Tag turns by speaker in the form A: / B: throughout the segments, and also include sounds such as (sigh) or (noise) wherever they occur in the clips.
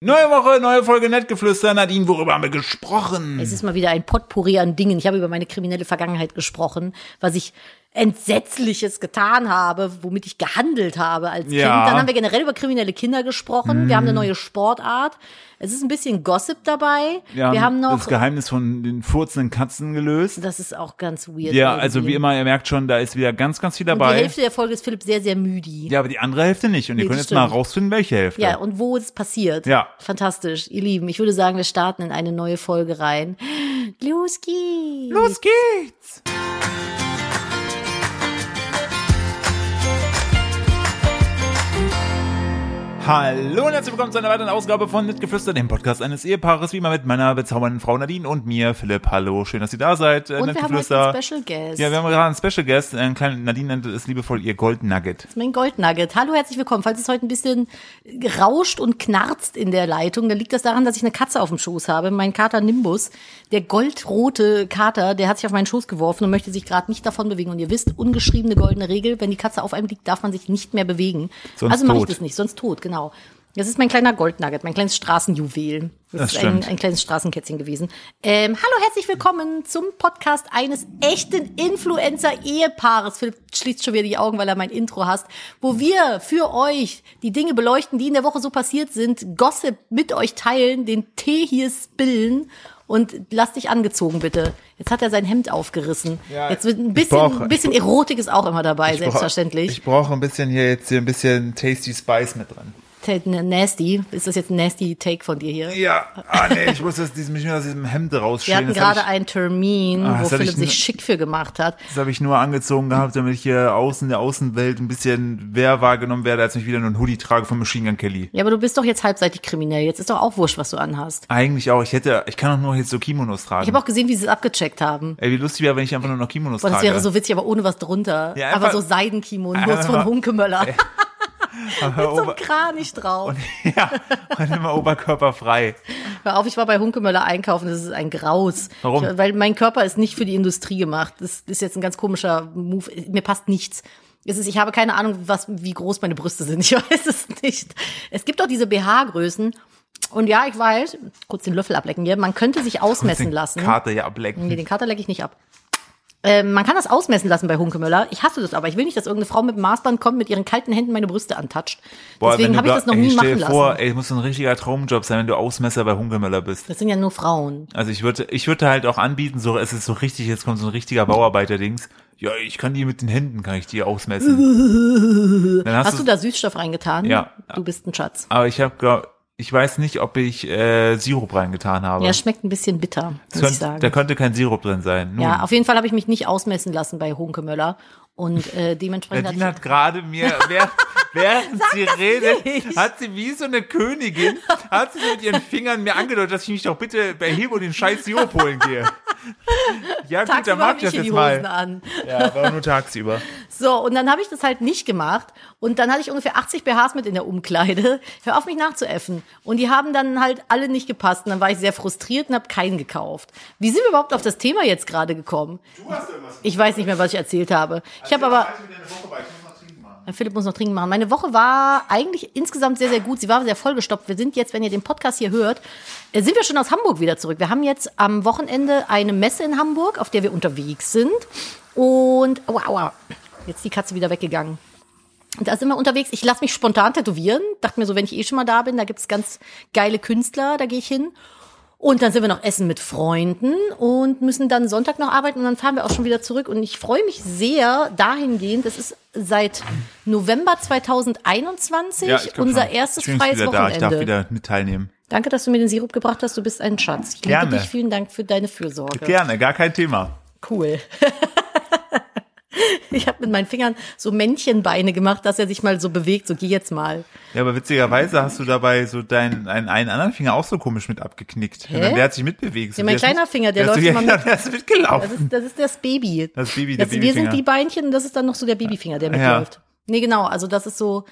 A: Neue Woche, neue Folge Nettgeflüster. Nadine, worüber haben wir gesprochen?
B: Es ist mal wieder ein Potpourri an Dingen. Ich habe über meine kriminelle Vergangenheit gesprochen, was ich Entsetzliches getan habe, womit ich gehandelt habe als Kind.
A: Ja. Mhm.
B: Dann haben wir generell über kriminelle Kinder gesprochen. Wir haben eine neue Sportart. Es ist ein bisschen Gossip dabei. wir haben noch,
A: das Geheimnis von den furzenden Katzen gelöst.
B: das ist auch ganz weird.
A: Ja, also
B: irgendwie.
A: wie immer, ihr merkt schon, da ist wieder ganz, ganz viel
B: Und die
A: dabei.
B: Hälfte der Folge ist Philipp sehr, sehr müde.
A: Ja, aber die andere Hälfte nicht. Und ihr
B: Nee,
A: könnt
B: das
A: jetzt mal
B: stimmt.
A: rausfinden, welche Hälfte.
B: Ja, und wo es passiert.
A: Ja.
B: Fantastisch, ihr Lieben. Ich würde sagen, wir starten in eine neue Folge rein. Los geht's.
A: Los geht's! Hallo und herzlich willkommen zu einer weiteren Ausgabe von Nitgeflüster, dem Podcast eines Ehepaares, wie immer mit meiner bezaubernden Frau Nadine und mir, Philipp. Hallo, schön, dass ihr da seid. äh,
B: Und wir haben heute
A: Nettgeflüster.
B: einen Special Guest.
A: Ja, wir haben gerade einen Special Guest. Einen kleinen, Nadine nennt es liebevoll ihr Gold Nugget.
B: Das ist mein Goldnugget. Hallo, herzlich willkommen. Falls es heute ein bisschen rauscht und knarzt in der Leitung, dann liegt das daran, dass ich eine Katze auf dem Schoß habe. Mein Kater Nimbus, der goldrote Kater, der hat sich auf meinen Schoß geworfen und möchte sich gerade nicht davon bewegen. Und ihr wisst, ungeschriebene goldene Regel, wenn die Katze auf einem liegt, darf man sich nicht mehr bewegen.
A: Sonst
B: also mache ich
A: tot.
B: das nicht, sonst tot, genau. Das ist mein kleiner Goldnugget, mein kleines Straßenjuwel.
A: Das
B: Das ist ein,
A: stimmt.
B: ein kleines Straßenkätzchen gewesen. Ähm, hallo, herzlich willkommen zum Podcast eines echten Influencer-Ehepaares. Philipp schließt schon wieder die Augen, weil er mein Intro hasst. Wo wir für euch die Dinge beleuchten, die in der Woche so passiert sind, Gossip mit euch teilen, den Tee hier spillen und lass dich angezogen, bitte. Jetzt hat er sein Hemd aufgerissen.
A: Ja,
B: Jetzt wird ein
A: ich
B: bisschen,
A: brauche-
B: ein bisschen Erotik ist auch immer dabei, selbstverständlich.
A: Ich brauche ein bisschen hier jetzt hier ein bisschen Tasty Spice mit drin.
B: Ted, ne- Nasty. Ist das jetzt ein nasty Take von dir hier?
A: Ja, ah nee, ich muss das diesem, mich nur aus diesem Hemd
B: Wir
A: rausstehen.
B: hatten
A: Das habe
B: gerade
A: ich,
B: einen Termin,
A: Ah,
B: wo
A: das hab ich
B: Philipp sich
A: n-
B: schick für gemacht hat.
A: das hab ich nur angezogen gehabt, damit ich hier außen der Außenwelt ein bisschen wer wahrgenommen werde, als wenn ich wieder nur einen Hoodie trage von Machine Gun Kelly.
B: Ja, aber du bist doch jetzt halbseitig kriminell. Jetzt ist doch auch wurscht, was du anhast.
A: Eigentlich auch, ich hätte, ich kann auch nur jetzt so Kimonos tragen.
B: Ich habe auch gesehen, wie sie es abgecheckt haben.
A: Ey, wie lustig wäre, wenn ich einfach nur noch Kimonos
B: Boah, das
A: trage.
B: wäre so witzig, aber ohne was drunter.
A: Ja,
B: aber
A: einfach-
B: so Seidenkimonos
A: (laughs) Einfach mal-
B: von Hunkemöller. (laughs)
A: Aber (laughs)
B: Zum
A: Ober- (laughs)
B: Kranich drauf.
A: ja, und immer oberkörperfrei.
B: Hör auf, ich war bei Hunkemöller einkaufen, das ist ein Graus.
A: Warum?
B: Ich, weil mein Körper ist nicht für die Industrie gemacht. Das ist jetzt ein ganz komischer Move. Mir passt nichts. Es ist, ich habe keine Ahnung, was, wie groß meine Brüste sind. (laughs) Ich weiß es nicht. Es gibt doch diese BH-Größen. Und ja, ich weiß, kurz den Löffel ablecken hier, man könnte sich ausmessen
A: Den
B: lassen.
A: Kater ja ablecken.
B: Nee, den Kater lecke ich nicht ab. Ähm, man kann das ausmessen lassen bei Hunkemöller. Ich hasse das aber. Ich will nicht, dass irgendeine Frau mit dem Maßband kommt, mit ihren kalten Händen meine Brüste antatscht.
A: Boah, wenn
B: Deswegen
A: du
B: habe ich
A: da-
B: das noch
A: ey,
B: nie
A: stell dir
B: machen lassen.
A: vor, ey, es muss so ein richtiger Traumjob sein, wenn du Ausmesser bei Hungermöller bist.
B: Das sind ja nur Frauen.
A: Also ich würde, ich würde halt auch anbieten, so, es ist so richtig, jetzt kommt so ein richtiger Bauarbeiter-Dings. Ja, ich kann die mit den Händen, kann ich die ausmessen.
B: (laughs)
A: Dann hast,
B: Hast du
A: du,
B: da Süßstoff reingetan?
A: Ja.
B: Du bist ein Schatz.
A: aber ich habe, ich weiß nicht, ob ich äh, Sirup reingetan habe.
B: Ja, schmeckt ein bisschen bitter, muss
A: Es könnte-
B: ich sagen.
A: Da könnte kein Sirup drin sein. Nun,
B: ja, auf jeden Fall habe ich mich nicht ausmessen lassen bei Hunkemöller und äh, dementsprechend
A: Nadine
B: hat
A: hat gerade mir,
B: (laughs)
A: während, während sie redet,
B: nicht.
A: hat sie wie so eine Königin, hat sie so mit ihren Fingern mir angedeutet, dass ich mich doch bitte bei Hebo den scheiß Sirup holen gehe. Ja, gut, dann
B: tagsüber
A: mag
B: habe
A: ich
B: ich
A: das
B: hier die
A: jetzt
B: Hosen
A: mal.
B: an.
A: Ja, aber nur tagsüber.
B: So, und dann habe ich das halt nicht gemacht. Und dann hatte ich ungefähr 80 BHs mit in der Umkleide. (laughs) Hör auf, mich nachzuäffen. Und die haben dann halt alle nicht gepasst. Und dann war ich sehr frustriert und habe keinen gekauft. Wie sind wir überhaupt auf das Thema jetzt gerade gekommen? Ich weiß nicht mehr, was ich erzählt habe. Ich habe aber... Herr Philipp muss noch trinken machen. Meine Woche war eigentlich insgesamt sehr, sehr gut. Sie war sehr vollgestopft. Wir sind jetzt, wenn ihr den Podcast hier hört, äh, sind wir schon aus Hamburg wieder zurück. Wir haben jetzt am Wochenende eine Messe in Hamburg, auf der wir unterwegs sind. Und, aua, aua, jetzt ist die Katze wieder weggegangen. Und Da sind wir unterwegs. Ich lasse mich spontan tätowieren. Dachte mir so, wenn ich eh schon mal da bin, da gibt's ganz geile Künstler, da gehe ich hin. Und dann sind wir noch essen mit Freunden und müssen dann Sonntag noch arbeiten und dann fahren wir auch schon wieder zurück. Und ich freue mich sehr dahingehend, das ist seit November 2021
A: Ja, ich glaub
B: unser
A: schon.
B: erstes
A: Schön, ich
B: freies
A: wieder Da. Ich
B: Wochenende.
A: darf wieder mit teilnehmen.
B: Danke, dass du mir den Sirup gebracht hast. Du bist ein Schatz. Ich liebe
A: Gerne.
B: dich. Vielen Dank für deine Fürsorge.
A: Gerne, ne, gar kein Thema.
B: Cool. (laughs) ich habe mit meinen Fingern so Männchenbeine gemacht, dass er sich mal so bewegt. So, geh jetzt mal.
A: Ja, aber witzigerweise hast du dabei so deinen einen, einen anderen Finger auch so komisch mit abgeknickt.
B: Hä?
A: Der hat sich mitbewegt.
B: Ja, mein
A: Der ist
B: kleiner
A: mit-
B: Finger, der
A: ist
B: läuft
A: so- (laughs)
B: immer mit.
A: Der ist
B: Das
A: mitgelaufen.
B: ist das, ist das Baby.
A: Das Baby, der
B: das, Wir
A: Babyfinger.
B: sind die Beinchen und das ist dann noch so der Babyfinger, der
A: Ja.
B: mitläuft. Nee, genau. Also das ist so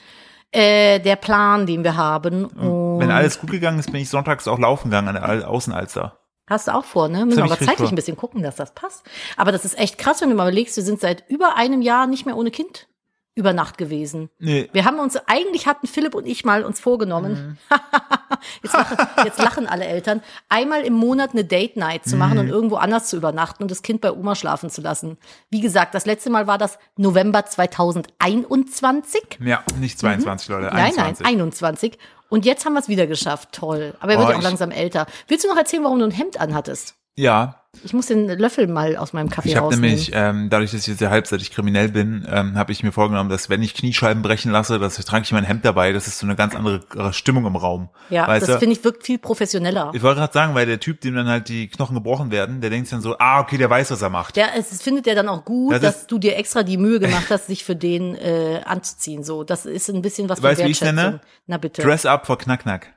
B: äh, der Plan, den wir haben. Und
A: Wenn alles gut gegangen ist, bin ich sonntags auch laufen gegangen an der Al- Außenalster.
B: hast du auch vor, ne?
A: hab
B: Müssen wir
A: ich
B: aber
A: richtig
B: zeitlich
A: vor.
B: ein bisschen gucken, dass das passt. Aber das ist echt krass, wenn du mal überlegst, wir sind seit über einem Jahr nicht mehr ohne Kind über Nacht gewesen.
A: Nee.
B: Wir haben uns, eigentlich hatten Philipp und ich mal uns vorgenommen,
A: Mhm.
B: (laughs) jetzt, lachen, jetzt lachen alle Eltern, einmal im Monat eine Date Night zu
A: Mhm.
B: machen und irgendwo anders zu übernachten und das Kind bei Oma schlafen zu lassen. Wie gesagt, das letzte Mal war das November 2021.
A: Ja, nicht 22, Leute.
B: Mhm. Nein,
A: 21.
B: nein, 21. Und jetzt haben wir es wieder geschafft. Toll. Aber er wird
A: Oh,
B: ja auch
A: ich-
B: langsam älter. Willst du noch erzählen, warum du ein Hemd anhattest?
A: Ja,
B: Ich muss den Löffel mal aus meinem Kaffee
A: Ich habe
B: rausnehmen.
A: nämlich, ähm, dadurch, dass ich jetzt ja halbseitig kriminell bin, ähm, habe ich mir vorgenommen, dass wenn ich Kniescheiben brechen lasse, dass ich trage ich mein Hemd dabei. Das ist so eine ganz andere äh, Stimmung im Raum.
B: ja,
A: weißt
B: das
A: du?
B: finde ich wirkt viel professioneller.
A: Ich wollte gerade sagen, weil der Typ, dem dann halt die Knochen gebrochen werden, der denkt sich dann so, ah, okay, der weiß, was er macht.
B: Der, es findet er dann auch gut,
A: Das
B: dass
A: ist-
B: du dir extra die Mühe gemacht hast, sich für den äh, anzuziehen. So, das ist ein bisschen was
A: Weißt du,
B: von
A: wie ich's
B: Wertschätzung.
A: nenne?
B: Na bitte.
A: Dress up for Knacknack.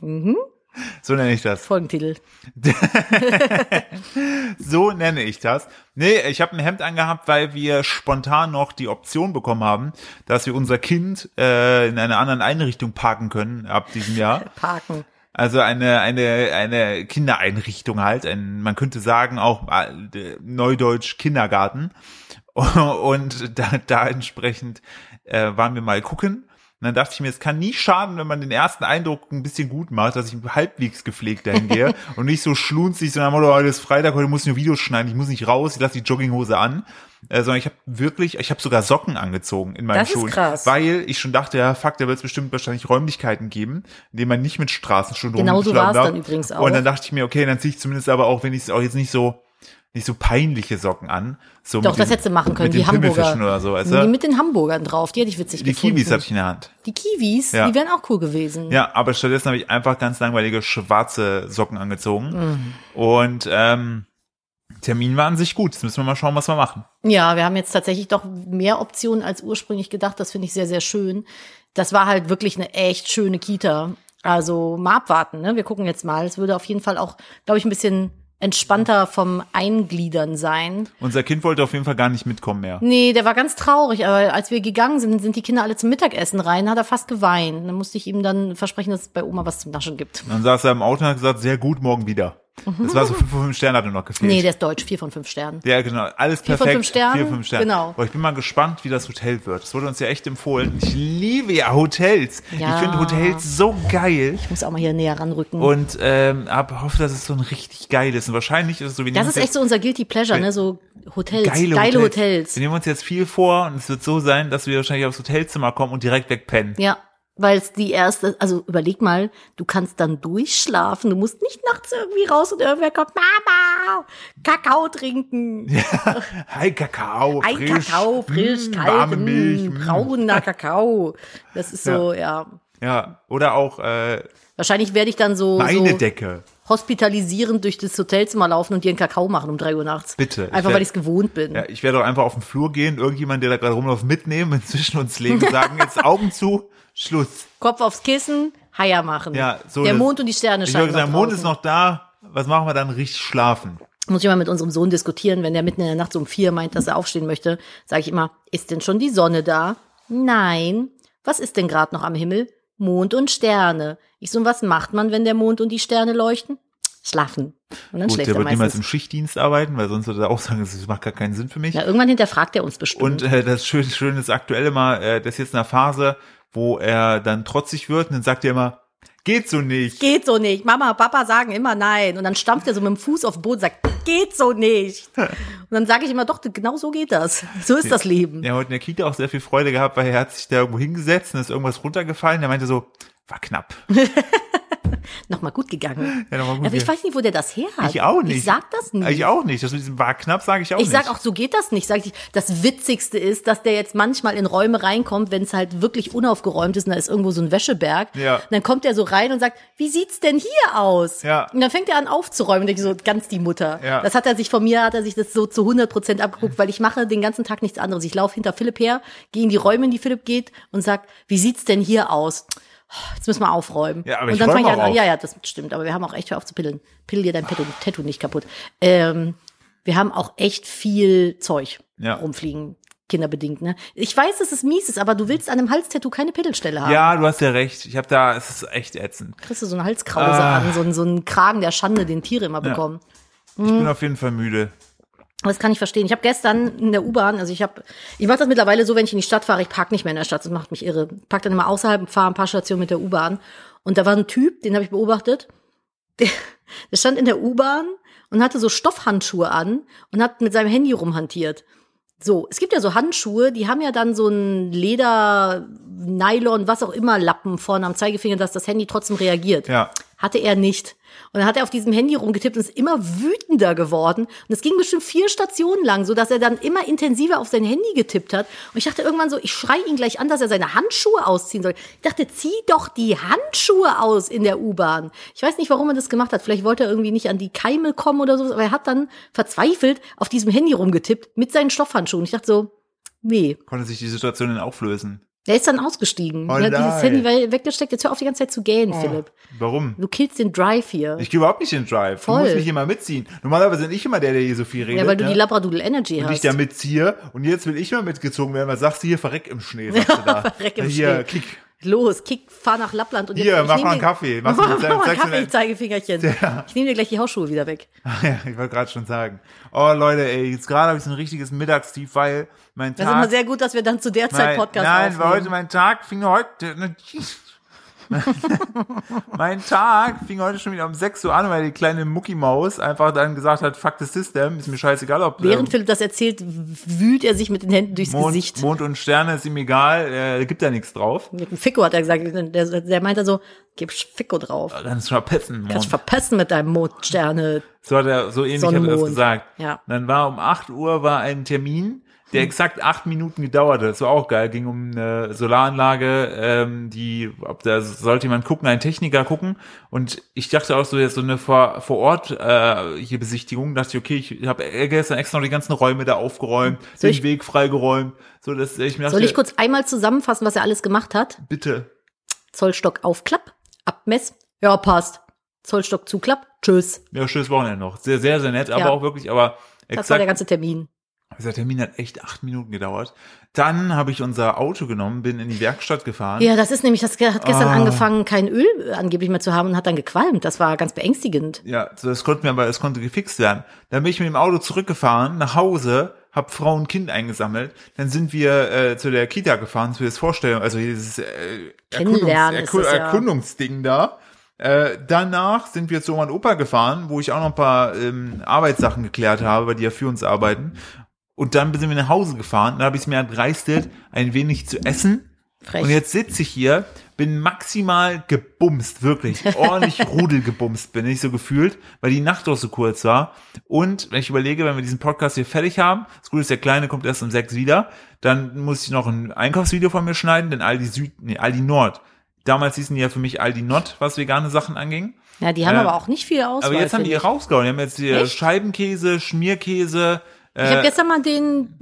A: Mhm. So nenne ich das.
B: Folgentitel.
A: So nenne ich das. Nee, ich habe ein Hemd angehabt, weil wir spontan noch die Option bekommen haben, dass wir unser Kind äh, in einer anderen Einrichtung parken können ab diesem Jahr.
B: Parken.
A: Also eine, eine, eine Kindereinrichtung halt. Ein, man könnte sagen auch äh, Neudeutsch Kindergarten. (laughs) Und da, da entsprechend äh, waren wir mal gucken. Und dann dachte ich mir, es kann nie schaden, wenn man den ersten Eindruck ein bisschen gut macht, dass ich halbwegs gepflegt dahin
B: (laughs)
A: gehe und nicht so schlunzig, so nach dem Motto, heute ist Freitag, heute muss ich nur Videos schneiden, ich muss nicht raus, ich lasse die Jogginghose an. Äh, sondern ich habe wirklich, ich habe sogar Socken angezogen in meinen
B: Das ist
A: Schuhen.
B: krass.
A: Weil ich schon dachte, ja, fuck, da wird es bestimmt wahrscheinlich Räumlichkeiten geben, in denen man nicht mit Straßenstunden
B: Genau so
A: rumgeschlagen
B: war's
A: darf.
B: dann übrigens auch.
A: Und dann dachte ich mir, okay, dann ziehe ich zumindest aber auch wenigstens auch jetzt nicht so nicht so peinliche Socken an. So
B: Doch,
A: mit
B: das
A: dem-
B: hättest du machen können.
A: Mit den
B: Die Hamburger.
A: Pimmelfischen oder so, weißt
B: Die
A: du?
B: mit den Hamburgern drauf, die hätte ich witzig
A: Also- Die
B: gefunden.
A: Kiwis hatte ich in der Hand.
B: Die Kiwis,
A: Ja.
B: die wären auch cool gewesen.
A: Ja, aber stattdessen habe ich einfach ganz langweilige schwarze Socken angezogen.
B: Mhm.
A: Und ähm, Termin war an sich gut. Jetzt müssen wir mal schauen, was wir machen.
B: Ja, wir haben jetzt tatsächlich doch mehr Optionen als ursprünglich gedacht. Das finde ich sehr, sehr schön. Das war halt wirklich eine echt schöne Kita. Also mal abwarten, ne? Wir gucken jetzt mal. Es würde auf jeden Fall auch, glaube ich, ein bisschen entspannter vom Eingliedern sein.
A: Unser Kind wollte auf jeden Fall gar nicht mitkommen mehr.
B: Nee, der war ganz traurig, aber als wir gegangen sind, sind die Kinder alle zum Mittagessen rein, hat er fast geweint. Dann musste ich ihm dann versprechen, dass es bei Oma was zum Naschen gibt.
A: Dann saß er im Auto und hat gesagt, sehr gut, morgen wieder.
B: Mhm.
A: Das war so 5 von 5 Sternen hat er noch gefehlt.
B: Nee, der ist deutsch, vier von fünf Sternen.
A: Ja, genau. Alles
B: Vier von
A: perfekt.
B: fünf Sternen?
A: Vier, fünf Sterne.
B: Genau.
A: Aber ich bin mal gespannt, wie das Hotel wird. Es wurde uns ja echt empfohlen. Ich liebe ja Hotels.
B: Ja.
A: Ich finde Hotels so geil.
B: Ich muss auch mal hier näher ranrücken.
A: Und ähm, hab, hoffe, dass es so ein richtig geiles ist. Und wahrscheinlich ist es so, wir nehmen
B: das
A: uns
B: ist echt
A: jetzt
B: so unser Guilty Pleasure, ne? So Hotels,
A: geile,
B: geile, Hotels.
A: Wir nehmen uns jetzt viel vor und es wird so sein, dass wir wahrscheinlich aufs Hotelzimmer kommen und direkt wegpennen.
B: Ja, weil es die erste, also überleg mal, du kannst dann durchschlafen, du musst nicht nachts irgendwie raus und irgendwer kommt, Mama, Kakao trinken,
A: Hi, Kakao.
B: ein
A: frisch,
B: Kakao, frisch,
A: mm,
B: kalt,
A: warme
B: mm,
A: Milch. mm.
B: brauner Kakao. Das ist so, ja.
A: Ja, oder auch äh,
B: Wahrscheinlich werde ich dann so,
A: meine
B: so
A: Decke.
B: hospitalisierend durch das Hotelzimmer laufen und dir einen Kakao machen um drei Uhr nachts.
A: Bitte, ich
B: Einfach,
A: werd-
B: weil ich es gewohnt bin.
A: Ja, ich werde doch einfach auf den Flur gehen, irgendjemand, der da gerade rumläuft, mitnehmen, (laughs) inzwischen uns legen, sagen jetzt Augen zu, Schluss.
B: Kopf aufs Kissen, Haier machen.
A: Ja, so
B: Der
A: das-
B: Mond und die Sterne
A: Ich
B: scheinen.
A: würde sagen,
B: noch
A: Mond
B: draußen.
A: ist noch da, was machen wir dann? Richtig schlafen.
B: muss ich mal mit unserem Sohn diskutieren, wenn der mitten in der Nacht so um vier meint, dass er aufstehen möchte, sage ich immer, ist denn schon die Sonne da? Nein. Was ist denn gerade noch am Himmel? Mond und Sterne. Ich so, und was macht man, wenn der Mond und die Sterne leuchten? Schlafen. Und dann
A: Gut,
B: schläft
A: der
B: er
A: wird niemals im
B: meistens.
A: Schichtdienst arbeiten, weil sonst würde er auch sagen, das macht gar keinen Sinn für mich.
B: Ja, irgendwann hinterfragt er uns bestimmt.
A: Und äh, das schöne, schöne ist aktuell immer, äh, das ist jetzt in der Phase, wo er dann trotzig wird und dann sagt er immer, geht so nicht.
B: geht so nicht. Mama, Papa sagen immer nein. Und dann stampft er so mit dem Fuß auf den Boden und sagt, geht so nicht. Und dann sage ich immer, doch, genau so geht das. So ist das Leben.
A: Er hat heute in der Kita auch sehr viel Freude gehabt, weil er hat sich da irgendwo hingesetzt und ist irgendwas runtergefallen. Er meinte so, war knapp.
B: Nochmal gut gegangen.
A: Ja, nochmal gut
B: Aber ich
A: gegangen.
B: weiß nicht, wo der das her hat.
A: Ich auch nicht.
B: Ich sag das nicht.
A: Ich auch nicht. Das mit diesem war knapp sage ich auch
B: Ich
A: nicht.
B: sag auch, so geht das nicht. Sag ich, das Witzigste ist, dass der jetzt manchmal in Räume reinkommt, wenn es halt wirklich unaufgeräumt ist und da ist irgendwo so ein Wäscheberg.
A: Ja.
B: Und dann kommt er so rein und sagt, wie sieht's denn hier aus?
A: Ja.
B: Und dann fängt er an aufzuräumen und ich so, ganz die Mutter.
A: Ja.
B: Das hat er sich von mir, hat er sich das so zu 100 Prozent abgeguckt, weil ich mache den ganzen Tag nichts anderes. Ich laufe hinter Philipp her, gehe in die Räume, in die Philipp geht und sag, wie sieht's denn hier aus? Oh, Jetzt müssen wir aufräumen.
A: Ja, aber
B: und
A: ich
B: dann fang
A: räume
B: ich
A: auch
B: an,
A: auf.
B: ja, ja, das stimmt, aber wir haben auch echt, hör auf zu pillen. Pill dir dein Tattoo, Tattoo nicht kaputt. Ähm, wir haben auch echt viel Zeug
A: Ja.
B: rumfliegen, kinderbedingt. Ne? Ich weiß, dass es mies ist, aber du willst an einem Halstattoo keine Pittelstelle haben.
A: ja, du hast ja recht. Ich habe da, es ist echt ätzend.
B: Kriegst du so eine Halskrause
A: Ah.
B: an, so einen, so einen Kragen der Schande, den Tiere immer bekommen.
A: Ich bin auf jeden Fall müde.
B: Das kann ich verstehen. Ich habe gestern in der U-Bahn, also ich habe, ich mache das mittlerweile so, wenn ich in die Stadt fahre, ich park nicht mehr in der Stadt, das macht mich irre. Ich park dann immer außerhalb und fahre ein paar Stationen mit der U-Bahn. Und da war ein Typ, den habe ich beobachtet, (laughs) der, der stand in der U-Bahn und hatte so Stoffhandschuhe an und hat mit seinem Handy rumhantiert. So, es gibt ja so Handschuhe, die haben ja dann so einen Leder, Nylon, was auch immer, Lappen vorne am Zeigefinger, dass das Handy trotzdem reagiert.
A: Ja.
B: Hatte er nicht. Und dann hat er auf diesem Handy rumgetippt und ist immer wütender geworden. Und es ging bestimmt vier Stationen lang, so dass er dann immer intensiver auf sein Handy getippt hat. Und ich dachte irgendwann so, ich schrei ihn gleich an, dass er seine Handschuhe ausziehen soll. Ich dachte, zieh doch die Handschuhe aus in der U-Bahn. Ich weiß nicht, warum er das gemacht hat. Vielleicht wollte er irgendwie nicht an die Keime kommen oder so. Aber er hat dann verzweifelt auf diesem Handy rumgetippt mit seinen Stoffhandschuhen. Ich dachte so, nee.
A: Konnte sich die Situation dann auflösen.
B: Er ist dann ausgestiegen.
A: Oh
B: er hat dieses
A: nein. Oh.
B: Handy we- weggesteckt. Jetzt hör auf, die ganze Zeit zu gähnen, Philipp.
A: Warum?
B: Du killst den Drive hier.
A: Ich gehe überhaupt nicht in den Drive.
B: Voll.
A: Du musst mich immer mitziehen. Normalerweise bin ich immer der, der hier so viel redet.
B: ja, weil du
A: ne?
B: die Labradoodle Energy
A: und ich
B: hast.
A: da mitziehe. Und jetzt will ich mal mitgezogen werden. Was sagst du hier? Verreck im Schnee, sagst du da.
B: (laughs) Verreck im
A: hier,
B: Schnee.
A: Kick.
B: Los, kick, fahr nach Lappland. Und
A: Hier,
B: ich
A: mach
B: nehm
A: mal einen
B: dir-
A: Kaffee. Mach
B: (laughs) Mach
A: mal-
B: mal
A: zeigst
B: mach mal einen
A: du
B: Kaffee,
A: dein-
B: Zeigefingerchen. Ich nehme dir gleich die Hausschuhe wieder weg.
A: (laughs) Ja, ich wollte gerade schon sagen. Oh, Leute, ey, jetzt gerade habe ich so ein richtiges Mittagstief, weil mein
B: Das ist
A: Tag.
B: immer sehr gut, dass wir dann zu der
A: mein,
B: Zeit Podcast
A: nein,
B: aufnehmen.
A: Leute, mein Tag fing heute. ne, (laughs) mein Tag fing heute schon wieder um 6 Uhr an, weil die kleine Mucki Maus einfach dann gesagt hat, fuck the system, ist mir scheißegal, ob
B: Während
A: ähm,
B: Philipp das erzählt, wühlt er sich mit den Händen durchs Gesicht.
A: Mond, Mond und Sterne ist ihm egal, äh, gibt da nichts drauf.
B: Mit dem Ficko hat er gesagt. Der, der meint dann so, gib Ficko drauf.
A: Dann ist verpetzen,
B: Kannst
A: Mond.
B: verpessen mit deinem Mondsterne.
A: So hat er, so ähnlich hat er das
B: Sonnenmond.
A: gesagt.
B: Ja. Hm.
A: Und Dann war um 8 Uhr war ein Termin, der exakt acht Minuten gedauert hat. Das war auch geil. Ging um eine Solaranlage, ähm, die, ob da sollte jemand gucken, ein Techniker gucken. Und ich dachte auch so, jetzt so eine vor, vor Ort äh, hier Besichtigung. Dachte ich, okay, ich habe gestern extra noch die ganzen Räume da aufgeräumt,
B: Hm.
A: den
B: Soll ich-
A: Weg freigeräumt, so dass ich mir dachte,
B: Soll ich kurz einmal zusammenfassen, was er alles gemacht hat?
A: bitte.
B: Zollstock aufklapp, abmess, ja, passt. Zollstock zuklapp, tschüss.
A: Ja, schönes Wochenende noch. Sehr, sehr, sehr nett, aber
B: Ja.
A: auch wirklich, aber
B: Das war
A: exakt
B: der ganze Termin.
A: Dieser Termin hat echt acht Minuten gedauert. Dann habe ich unser Auto genommen, bin in die Werkstatt gefahren.
B: Ja, das ist nämlich, das hat gestern
A: Ah.
B: angefangen, kein Öl angeblich mehr zu haben und hat dann gequalmt. Das war ganz beängstigend.
A: Ja, so das konnte mir aber, das konnte gefixt werden. Dann bin ich mit dem Auto zurückgefahren, nach Hause, hab Frau und Kind eingesammelt. Dann sind wir äh, zu der Kita gefahren, zu das Vorstellung, also dieses äh,
B: Kennenlernen ist es ja.
A: Erkundungsding da. Äh, danach sind wir zu Oma und Opa gefahren, wo ich auch noch ein paar ähm, Arbeitssachen geklärt habe, weil die ja für uns arbeiten. Und dann sind wir nach Hause gefahren. Dann habe ich es mir erdreistet, ein wenig zu essen.
B: Frech.
A: Und jetzt sitze ich hier, bin maximal gebumst,
B: (laughs)
A: wirklich. Ordentlich rudelgebumst bin ich so gefühlt, weil die Nacht doch so kurz war. Und wenn ich überlege, wenn wir diesen Podcast hier fertig haben, das Gute ist, der Kleine kommt erst um sechs wieder, dann muss ich noch ein Einkaufsvideo von mir schneiden, denn Aldi Süd, nee, Aldi Nord. Damals hießen die ja für mich Aldi Not, was vegane Sachen anging.
B: Ja, die haben
A: Äh,
B: aber auch nicht viel Auswahl.
A: Aber jetzt haben die
B: finde ich.
A: rausgehauen. Die haben jetzt hier
B: Echt?
A: Scheibenkäse, Schmierkäse, äh,
B: Ich habe gestern mal den,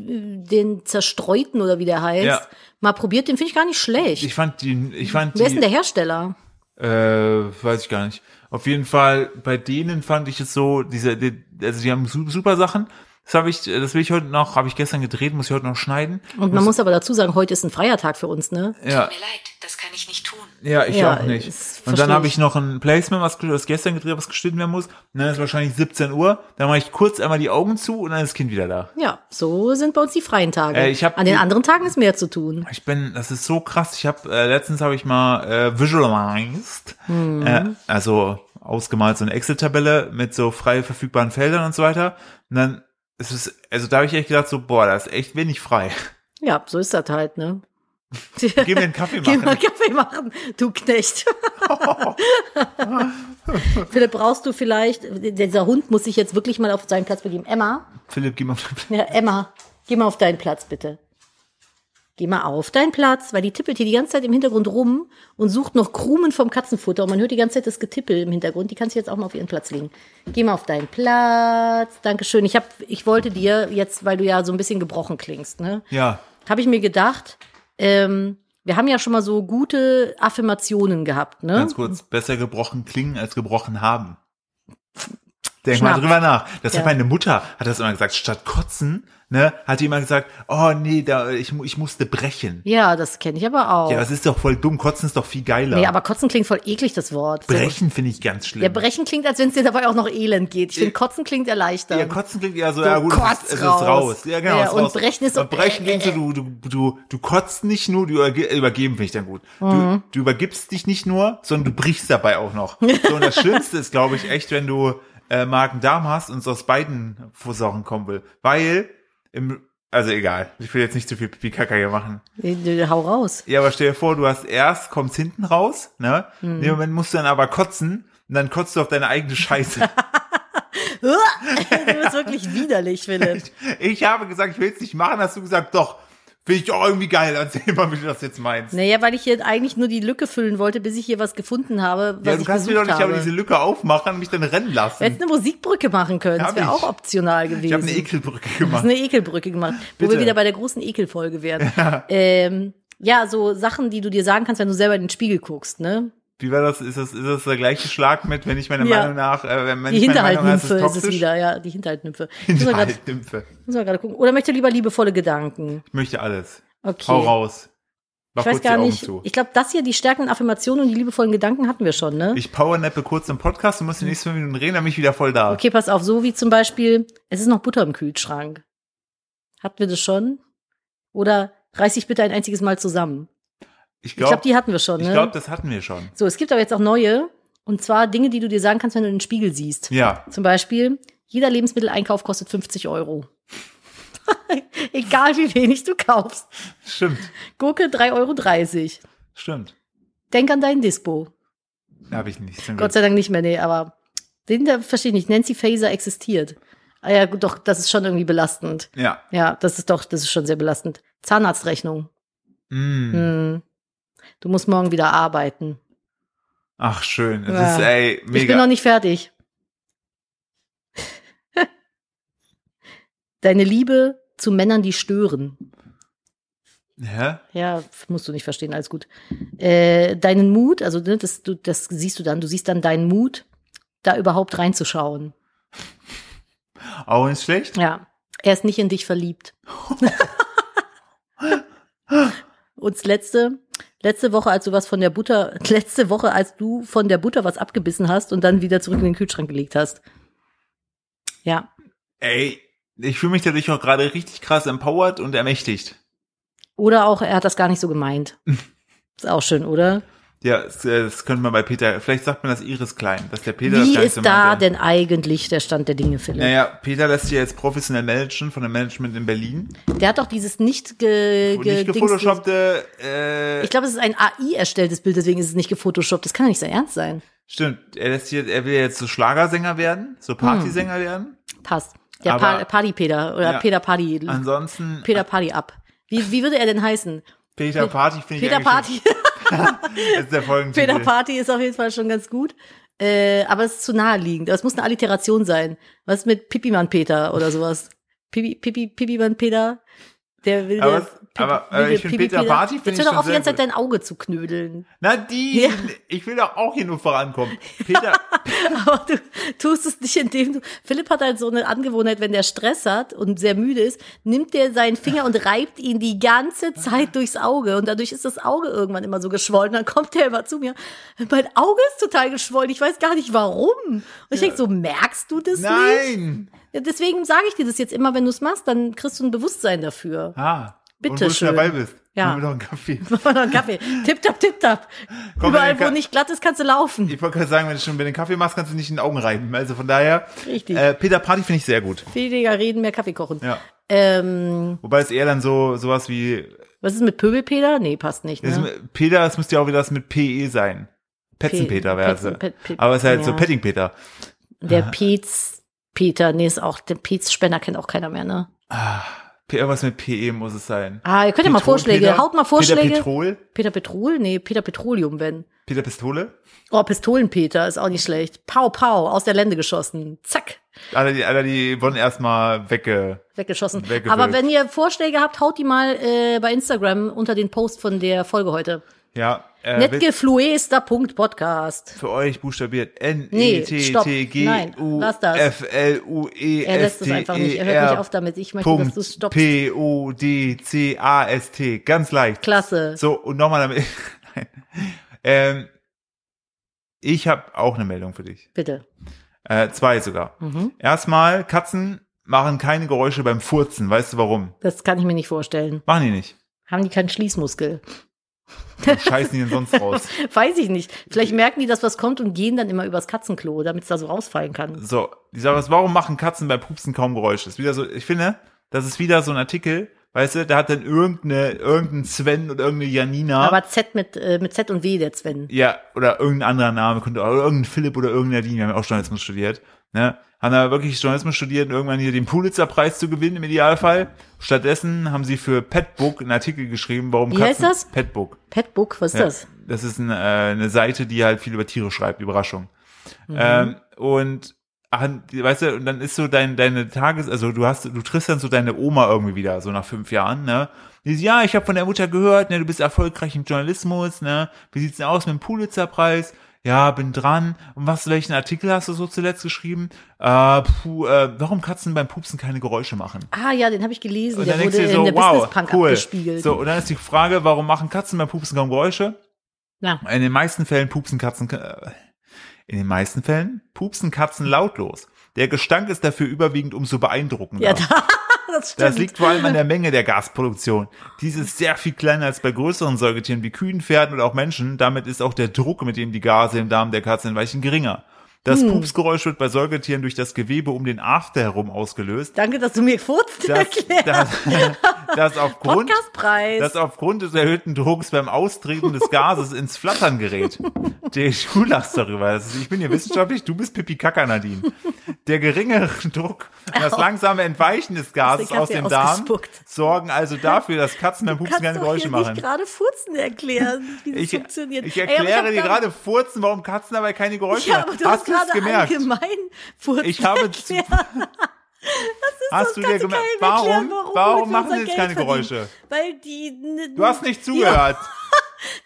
B: äh, den zerstreuten oder wie der heißt,
A: Ja.
B: mal probiert. Den finde ich gar nicht schlecht.
A: ich fand die, ich fand
B: Wer
A: die,
B: ist denn der Hersteller?
A: Äh, weiß ich gar nicht. Auf jeden Fall, bei denen fand ich es so, diese, die, also die haben su- super Sachen. Das habe ich, das will ich heute noch, habe ich gestern gedreht, muss ich heute noch schneiden.
B: Und man muss aber dazu sagen, heute ist ein freier Tag für uns, ne?
A: Ja,
C: Tut mir leid, das kann ich nicht tun.
A: ja, ich
B: Ja,
A: auch nicht.
B: das
A: Und
B: verstehe
A: dann habe
B: ich.
A: ich noch ein Placement, was, was gestern gedreht, was geschnitten werden muss. Und dann ist wahrscheinlich 17 Uhr. Dann mache ich kurz einmal die Augen zu und dann ist das Kind wieder da.
B: Ja, so sind bei uns die freien Tage.
A: Äh, ich hab
B: An den
A: die-
B: anderen Tagen ist mehr zu tun.
A: Ich bin, das ist so krass. Ich habe äh, letztens habe ich mal äh, visualized,
B: Hm.
A: äh, also ausgemalt so eine Excel-Tabelle mit so frei verfügbaren Feldern und so weiter. Und dann ist es, also da habe ich echt gedacht so, boah, da ist echt wenig
B: (laughs)
A: frei.
B: Ja, so ist das
A: (laughs)
B: halt, ne?
A: Geh mir einen Kaffee
B: Geh mal
A: machen.
B: (laughs) Kaffee machen, du Knecht. Philipp, brauchst du vielleicht, dieser Hund muss sich jetzt wirklich mal auf seinen Platz begeben. Emma,
A: Philipp, geh mal. auf den Platz.
B: ja, Emma, geh mal auf deinen Platz, bitte. Geh mal auf deinen Platz, weil die tippelt hier die ganze Zeit im Hintergrund rum und sucht noch Krumen vom Katzenfutter. Und man hört die ganze Zeit das Getippel im Hintergrund. Die kann sich jetzt auch mal auf ihren Platz legen. Geh mal auf deinen Platz. Dankeschön. Ich, hab, ich wollte dir jetzt, weil du ja so ein bisschen gebrochen klingst, ne?
A: Ja,
B: habe ich mir gedacht, ähm, wir haben ja schon mal so gute Affirmationen gehabt, ne?
A: ganz kurz. Besser gebrochen klingen als gebrochen haben. Denk
B: Schnapp.
A: mal drüber nach. Das
B: Ja.
A: hat meine Mutter, hat das immer gesagt, statt kotzen, ne, hat die immer gesagt, oh nee, da, ich, mu- ich musste brechen.
B: Ja, das kenne ich aber auch.
A: Ja, das ist doch voll dumm. Kotzen ist doch viel geiler.
B: nee, aber kotzen klingt voll eklig, das Wort. So-
A: brechen finde ich ganz schlimm.
B: Ja, brechen klingt, als wenn es dir dabei auch noch elend geht. Ich finde, kotzen klingt erleichternd.
A: Ja, kotzen klingt ja so,
B: So,
A: ja gut,
B: kotz
A: es ist, es ist
B: raus.
A: raus. Ja, genau,
B: Ja,
A: es ist
B: und
A: raus.
B: brechen ist so,
A: und brechen
B: äh,
A: klingt so, du, du, du, du kotzt nicht nur, du überge übergeben finde ich dann gut.
B: Mhm.
A: Du, du übergibst dich nicht nur, sondern du brichst dabei auch noch. So, und das Schlimmste ist, glaube ich, echt, wenn du äh, Magen-Darm hast und es aus beiden Versorgen kommen will. Weil, im, also egal, ich will jetzt nicht zu viel Pipi-Kaka hier machen.
B: Nee, nee,
A: (laughs)
B: Hau raus.
A: Ja, aber stell dir vor, du hast erst, kommst hinten raus, ne? In
B: Mhm.
A: dem Moment musst du dann aber kotzen und dann kotzt du auf deine eigene Scheiße.
B: du bist wirklich widerlich, Philipp.
A: Ich habe gesagt, ich will es nicht machen, hast du gesagt, doch. Finde ich auch irgendwie geil. Erzähl mal, wie du das jetzt meinst.
B: Naja, weil ich hier eigentlich nur die Lücke füllen wollte, bis ich hier was gefunden habe, was
A: ja, du
B: ich
A: kannst mir
B: gesucht
A: doch nicht aber
B: habe.
A: diese Lücke aufmachen und mich dann rennen
B: Wir hätten
A: lassen.
B: eine Musikbrücke machen können.
A: Hab
B: Das wäre
A: ich.
B: auch optional
A: Ich habe
B: gewesen.
A: eine Ekelbrücke
B: Das
A: gemacht.
B: ist eine Ekelbrücke gemacht, wo wir
A: Bitte.
B: wieder bei der großen Ekelfolge
A: (laughs)
B: werden. Ähm, ja, so Sachen, die du dir sagen kannst, wenn du selber in den Spiegel guckst, ne?
A: Wie war das? Ist das, ist das der gleiche Schlag mit, wenn ich meiner
B: Ja.
A: Meinung nach, äh, wenn
B: Die
A: ich meiner Meinung nach,
B: Hinterhaltnymphe ist es
A: toxisch?
B: wieder, ja,
A: (laughs)
B: die Hinterhaltnymphe. Muss man grad-
A: Hinterhaltnymphe.
B: muss man gerade gucken. Oder möchte lieber liebevolle Gedanken?
A: Ich möchte alles.
B: Okay.
A: Hau raus. Mach
B: Ich weiß
A: kurz die
B: gar
A: Augen
B: nicht.
A: zu.
B: Ich glaube, das hier, die stärkenden Affirmationen und die liebevollen Gedanken hatten wir schon, ne?
A: Ich powernappe kurz im Podcast und muss die nächsten fünf Minuten reden, dann bin ich wieder voll da.
B: Hm. Okay, pass auf, so wie zum Beispiel, es ist noch Butter im Kühlschrank. Hatten wir das schon? Oder reiß dich bitte ein einziges Mal zusammen.
A: Ich
B: ich glaube,
A: glaube,
B: die hatten wir schon, ne?
A: ich glaub, das hatten wir schon.
B: so, es gibt aber jetzt auch neue. Und zwar Dinge, die du dir sagen kannst, wenn du in den Spiegel siehst.
A: Ja.
B: Zum Beispiel, jeder Lebensmitteleinkauf kostet 50 Euro. (laughs) Egal wie wenig du kaufst.
A: Stimmt.
B: Gurke 3,30 Euro.
A: Stimmt.
B: Denk an deinen Dispo.
A: Habe ich nicht. Zum
B: Gott
A: Glück.
B: sei Dank nicht mehr, nee, aber den da verstehe ich nicht. Nancy Faser existiert. Ah ja, gut, doch, das ist schon irgendwie belastend.
A: Ja.
B: Ja, das ist doch, das ist schon sehr belastend. Zahnarztrechnung.
A: Mm.
B: Hm. Du musst morgen wieder arbeiten.
A: Ach schön, es
B: Ja.
A: ist ey
B: Ich bin noch
A: mega.
B: nicht fertig. (laughs) Deine Liebe zu Männern, die stören.
A: Hä?
B: Ja, musst du nicht verstehen, alles gut. Äh, deinen Mut, also ne, das, du, das siehst du dann, du siehst dann deinen Mut, da überhaupt reinzuschauen.
A: Auch nicht schlecht.
B: Ja, er ist nicht in dich verliebt. (laughs) Und das letzte, letzte Woche, als du was von der Butter, (laughs) letzte Woche, als du von der Butter was abgebissen hast und dann wieder zurück in den Kühlschrank gelegt hast. Ja,
A: Ey, ich fühle mich dadurch auch gerade richtig krass empowered und ermächtigt.
B: oder auch er hat das gar nicht
A: (laughs)
B: so gemeint. Ist auch schön, oder?
A: Ja, das, äh, das könnte man bei Peter, vielleicht sagt man das Iris Klein, dass der Peter das
B: Wie
A: Ganze
B: ist da
A: meinte.
B: denn eigentlich der Stand der Dinge, Philipp?
A: Naja, Peter lässt sich ja jetzt professionell managen von dem Management in Berlin.
B: Der hat doch dieses nicht ge,
A: Und
B: ge
A: nicht
B: Dings-
A: gefotoshoppte, äh,
B: Ich glaube, es ist ein AI erstelltes Bild, deswegen ist es nicht gefotoshoppt. Das kann ja nicht sein Ernst sein.
A: stimmt, er lässt sich jetzt, er will ja jetzt so Schlagersänger werden,
B: Hm.
A: so Partysänger werden.
B: Passt. Der
A: Aber-
B: pa Party-Peter oder
A: Ja. Also,
B: Peter Party.
A: Ansonsten,
B: Peter Party ab. Wie, wie würde er denn heißen?
A: Peter Party finde ich
B: Peter
A: eigentlich
B: Party.
A: schon- ist der Folgentitel.
B: Peter Party ist auf jeden Fall schon ganz gut. Äh, aber es ist zu naheliegend. Aber Es muss eine Alliteration sein. Was ist mit Pipimann Peter oder sowas? Pipi, Pipi, Pipimann Peter. Der will
A: Aber
B: der,
A: es- aber, äh, ich finde Peter Party finde ich
B: Jetzt hör doch
A: schon
B: auf, die
A: sehr
B: ganze Zeit
A: gut.
B: dein Auge zu knödeln. Ja.
A: Nadine, ich will doch auch hier nur
B: (laughs)
A: vorankommen. Peter,
B: Aber du tust es nicht, indem du. Philipp hat halt so eine Angewohnheit, wenn der Stress hat und sehr müde ist, nimmt der seinen Finger und reibt ihn die ganze Zeit durchs Auge. Und dadurch ist das Auge irgendwann immer so geschwollen. Dann kommt der immer zu mir. Mein Auge ist total geschwollen. Ich weiß gar nicht warum. Und ich denk so, merkst du das nicht?
A: nein!
B: Ja, Deswegen sage ich dir das jetzt immer, wenn du es machst, dann kriegst du ein Bewusstsein dafür. (laughs)
A: Ah,
B: Bitte
A: und wo
B: schön.
A: du dabei bist.
B: Ja.
A: Machen wir doch einen Kaffee.
B: Mach mal noch einen Kaffee. Tipptapp, tipptapp.
A: Komm,
B: Überall,
A: Erika.
B: wo nicht glatt ist, kannst du laufen.
A: Ich wollte gerade sagen, wenn du schon mit den Kaffee machst, kannst du nicht in den Augen reiben. Also von daher,
B: Richtig.
A: äh, Peter Party finde ich sehr gut.
B: Weniger reden, mehr Kaffee kochen.
A: Ja.
B: Ähm,
A: Wobei es eher dann so sowas wie
B: Was ist mit Pöbelpeter? Nee, passt nicht.
A: das
B: Ne?
A: ist- Peter, es müsste ja auch wieder das mit PE sein. Petzenpeter wäre es.
B: E, Petzen- Pet- Pet-
A: Aber es ist halt so
B: ja.
A: Pettingpeter.
B: Der Petz-Peter, nee, ist auch, der Petz-Spenner kennt auch keiner mehr, ne?
A: P- Irgendwas mit PE muss es sein.
B: Ah, ihr könnt ja mal
A: Petrol,
B: Vorschläge,
A: Peter?
B: haut mal Vorschläge.
A: Peter
B: Peter,
A: Petrol?
B: Petrol? Nee, Peter Petroleum, wenn.
A: Peter Pistole?
B: Oh, Pistolenpeter, ist auch nicht schlecht. Pow, pow, aus der Lände geschossen. Zack,
A: Alle die, alle die wurden erstmal wegge...
B: weggeschossen.
A: Weggewürgt.
B: Aber wenn ihr Vorschläge habt, haut die mal äh, bei Instagram unter den Post von der Folge heute.
A: Ja, Äh, wird
B: Netgefluester.podcast.
A: für euch buchstabiert N
B: Nee,
A: E T
B: stopp.
A: T G
B: Nein,
A: U
B: lass das.
A: F L U E
B: Er
A: S
B: lässt es
A: T
B: einfach nicht.
A: E
B: Er hört nicht auf
A: R
B: damit. Ich möchte, dass du es
A: E Punkt
B: stoppst.
A: P O D C A S T ganz leicht.
B: Klasse.
A: So und nochmal damit. (laughs) Nein. ähm, ich habe auch eine Meldung für dich.
B: Bitte.
A: Äh, zwei sogar.
B: Mhm.
A: Erstmal Katzen machen keine Geräusche beim Furzen. Weißt du warum?
B: Das kann ich mir nicht vorstellen.
A: Machen die nicht.
B: Haben die keinen Schließmuskel? (laughs)
A: Die scheißen die denn sonst raus?
B: Weiß ich nicht. Vielleicht merken die, dass was kommt und gehen dann immer übers Katzenklo, damit es da so rausfallen kann.
A: So, ich sag was, warum machen Katzen beim Pupsen kaum Geräusche? Ist wieder so, ich finde, das ist wieder so ein Artikel, weißt du, da hat dann irgendeine, irgendein Sven oder irgendeine Janina.
B: Aber Z mit, äh, mit Z und W, der Sven.
A: ja, oder irgendein anderer Name könnte, oder irgendein Philipp oder irgendeine Nadine, wir haben ja auch Journalismus studiert, ne? Haben da wirklich Journalismus studiert, um irgendwann hier den Pulitzer-Preis zu gewinnen im Idealfall. Stattdessen haben sie für Petbook einen Artikel geschrieben, warum
B: Wie
A: Katzen.
B: heißt das?
A: Petbook.
B: Petbook, was ist
A: Ja,
B: das?
A: Das ist ein, äh, eine Seite, die halt viel über Tiere schreibt, Überraschung.
B: Mhm.
A: Ähm, und ach, die- weißt du, und dann ist so dein, deine Tages, also du hast, du triffst dann so deine Oma irgendwie wieder, so nach fünf Jahren, ne? Die sagt, ja, ich habe von der Mutter gehört, ne, du bist erfolgreich im Journalismus, ne? Wie sieht's denn aus mit dem Pulitzer-Preis? Ja, bin dran. Und was, welchen Artikel hast du so zuletzt geschrieben? Äh, puh, äh, warum Katzen beim Pupsen keine Geräusche machen?
B: Ah ja, den habe ich gelesen.
A: Und
B: der
A: dann denkst
B: wurde
A: du dir
B: in
A: so,
B: der
A: wow,
B: Business Punk
A: cool.
B: abgespielt.
A: So, und dann ist die Frage, warum machen Katzen beim Pupsen kaum Geräusche?
B: Ja.
A: In den meisten Fällen pupsen Katzen, äh, in den meisten Fällen pupsen Katzen lautlos. Der Gestank ist dafür überwiegend umso beeindruckender.
B: Ja, (laughs) da, das stimmt.
A: das liegt vor allem an der Menge der Gasproduktion. Diese ist sehr viel kleiner als bei größeren Säugetieren wie Kühen, Pferden oder auch Menschen. Damit ist auch der Druck, mit dem die Gase im Darm der Katze entweichen, geringer. Das
B: Hm.
A: Pupsgeräusch wird bei Säugetieren durch das Gewebe um den After herum ausgelöst.
B: Danke, dass du mir Furzt (laughs)
A: Das,
B: erklärst.
A: das, (laughs) das
B: (laughs)
A: aufgrund
B: Podcastpreis.
A: das aufgrund des erhöhten Drucks beim Austreten des Gases ins Flattern
B: (laughs)
A: gerät. Der, du lachst darüber. Das ist, ich bin hier wissenschaftlich, du bist Pipi Kaka, Nadine. Der geringere Druck und das langsame Entweichen des Gases
B: Deswegen hat
A: aus
B: der
A: dem Darm
B: ausgespuckt.
A: sorgen also dafür, dass Katzen beim Pupsen
B: kannst
A: keine
B: doch
A: Geräusche
B: hier
A: machen.
B: nicht gerade Furzen erklären, wie das
A: Ich,
B: funktioniert.
A: ich
B: Ey, aber ich
A: erkläre
B: hab
A: dir
B: gar-
A: gerade Furzen, warum Katzen dabei keine Geräusche
B: Ja, aber
A: machen.
B: du hast,
A: Hast du es
B: gerade
A: gemerkt?
B: allgemein Furzen
A: Ich (laughs)
B: (laughs)
A: habe
B: erklärt.
A: Hast du dir
B: Kannst
A: gemerkt?
B: keinem
A: Warum,
B: erklären, warum,
A: warum
B: wir
A: machen
B: unser
A: sie jetzt
B: Geld
A: keine
B: verdienen.
A: Geräusche?
B: Weil die, ne,
A: Du hast nicht zugehört.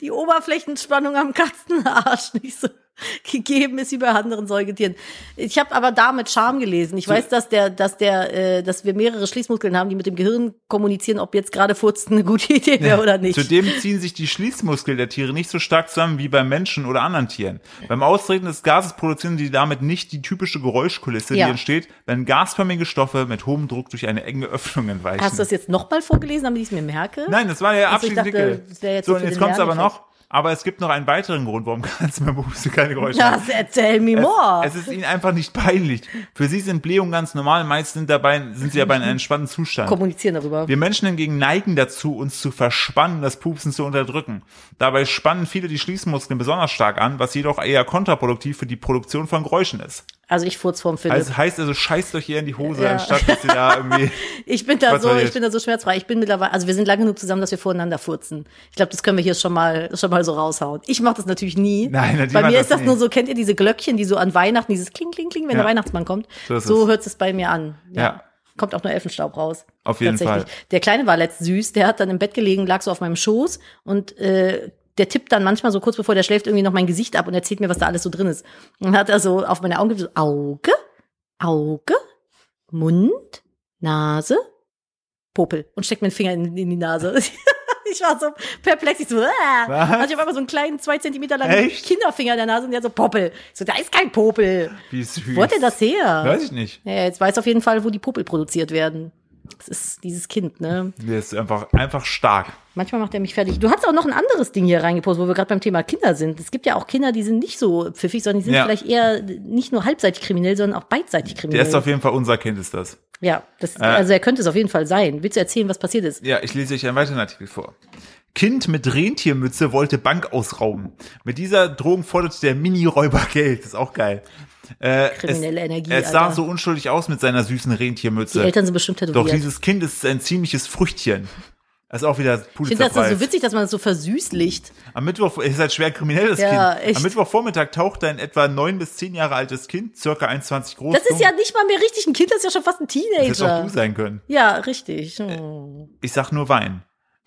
B: Die, die Oberflächenspannung am Katzenarsch (laughs) nicht so gegeben ist wie bei anderen Säugetieren. Ich habe aber da mit Charme gelesen. Ich weiß, dass der, dass der, äh, dass wir mehrere Schließmuskeln haben, die mit dem Gehirn kommunizieren, ob jetzt gerade Furzen eine gute Idee wäre oder nicht.
A: Zudem ziehen sich die Schließmuskeln der Tiere nicht so stark zusammen wie bei Menschen oder anderen Tieren. Beim Austreten des Gases produzieren sie damit nicht die typische Geräuschkulisse,
B: Ja.
A: die entsteht, wenn gasförmige Stoffe mit hohem Druck durch eine enge Öffnung entweichen.
B: Hast du das jetzt nochmal vorgelesen, damit ich es mir merke?
A: Nein, das war der
B: Also ich
A: abschließende
B: dachte,
A: Artikel.
B: das wäre jetzt
A: so,
B: so
A: und
B: für
A: jetzt
B: den
A: kommt's aber
B: Lerneffekt.
A: noch. Aber es gibt noch einen weiteren Grund, warum (laughs) kannst du beim Buchse keine Geräusche machen.
B: Das erzähl mir more.
A: Es ist ihnen einfach nicht peinlich. Für sie sind Blähungen ganz normal. Meist sind, dabei, sind sie dabei in einem entspannten Zustand.
B: Kommunizieren darüber.
A: Wir Menschen hingegen neigen dazu, uns zu verspannen, das Pupsen zu unterdrücken. Dabei spannen viele die Schließmuskeln besonders stark an, was jedoch eher kontraproduktiv für die Produktion von Geräuschen ist.
B: also ich furz vorm Philipp.
A: Also heißt also, scheißt euch hier in die Hose,
B: Ja.
A: anstatt dass ihr da
B: (laughs)
A: irgendwie.
B: Ich bin da
A: Was
B: so,
A: soll
B: ich
A: jetzt?
B: bin da so schmerzfrei. Ich bin mittlerweile, also wir sind lang genug zusammen, dass wir voreinander furzen. Ich glaube, das können wir hier schon mal, schon mal so raushauen. Ich mache das natürlich nie.
A: Nein, Nadine
B: Bei
A: macht
B: mir
A: das
B: ist das
A: nie.
B: nur so, kennt ihr diese Glöckchen, die so an Weihnachten, dieses Kling, Kling, Kling, wenn
A: Ja.
B: der Weihnachtsmann kommt.
A: So
B: So,
A: ist es.
B: hört es bei mir an. Ja.
A: Ja.
B: Kommt auch nur Elfenstaub raus.
A: Auf jeden
B: Tatsächlich.
A: Fall.
B: Der Kleine war letzt süß, der hat dann im Bett gelegen, lag so auf meinem Schoß und äh, der tippt dann manchmal so kurz bevor der schläft irgendwie noch mein Gesicht ab und erzählt mir, was da alles so drin ist. Und hat er so auf meine Augen getippt, so Auge, Auge, Mund, Nase, Popel und steckt mir den Finger in, in die Nase. (laughs) Ich war so perplex, ich so, äh.
A: Was?
B: also ich habe aber so einen kleinen zwei Zentimeter langen
A: Echt?
B: Kinderfinger in der Nase und der so Popel. Ich so, da ist kein Popel.
A: Wie süß.
B: Wo hat er das her?
A: Weiß ich nicht.
B: Ja, jetzt weiß auf jeden Fall, wo die Popel produziert werden. Das ist dieses Kind, ne?
A: Der ist einfach, einfach stark.
B: Manchmal macht er mich fertig. Du hast auch noch ein anderes Ding hier reingepostet, wo wir gerade beim Thema Kinder sind. Es gibt ja auch Kinder, die sind nicht so pfiffig, sondern die sind
A: Ja.
B: vielleicht eher nicht nur halbseitig kriminell, sondern auch beidseitig kriminell.
A: Der ist Äh. auf jeden Fall unser Kind, ist das.
B: ja, das, also er könnte es auf jeden Fall sein. Willst du erzählen, was passiert ist?
A: Ja, ich lese euch einen weiteren Artikel vor. Kind mit Rentiermütze wollte Bank ausrauben. Mit dieser Drohung forderte der Mini-Räuber (laughs) Geld. Das ist auch geil. Äh,
B: Kriminelle
A: es,
B: Energie,
A: Es sah
B: Alter.
A: so unschuldig aus mit seiner süßen Rentiermütze.
B: Die Eltern sind bestimmt tätowiert.
A: Doch dieses Kind ist ein ziemliches Früchtchen. Das ist auch wieder
B: Ich finde das ist so
A: Pulitzerpreis.
B: witzig, dass man das so versüßlicht.
A: Am Mittwoch ist halt schwer kriminell das
B: Ja,
A: Kind.
B: echt.
A: Am Mittwochvormittag tauchte ein etwa neun bis zehn Jahre altes Kind, circa 1,20 groß.
B: Das ist ja nicht mal mehr richtig ein Kind, das ist ja schon fast ein
A: das hättest auch
B: Teenager.
A: du sein können.
B: Ja, richtig. Hm.
A: Ich sag nur Wein.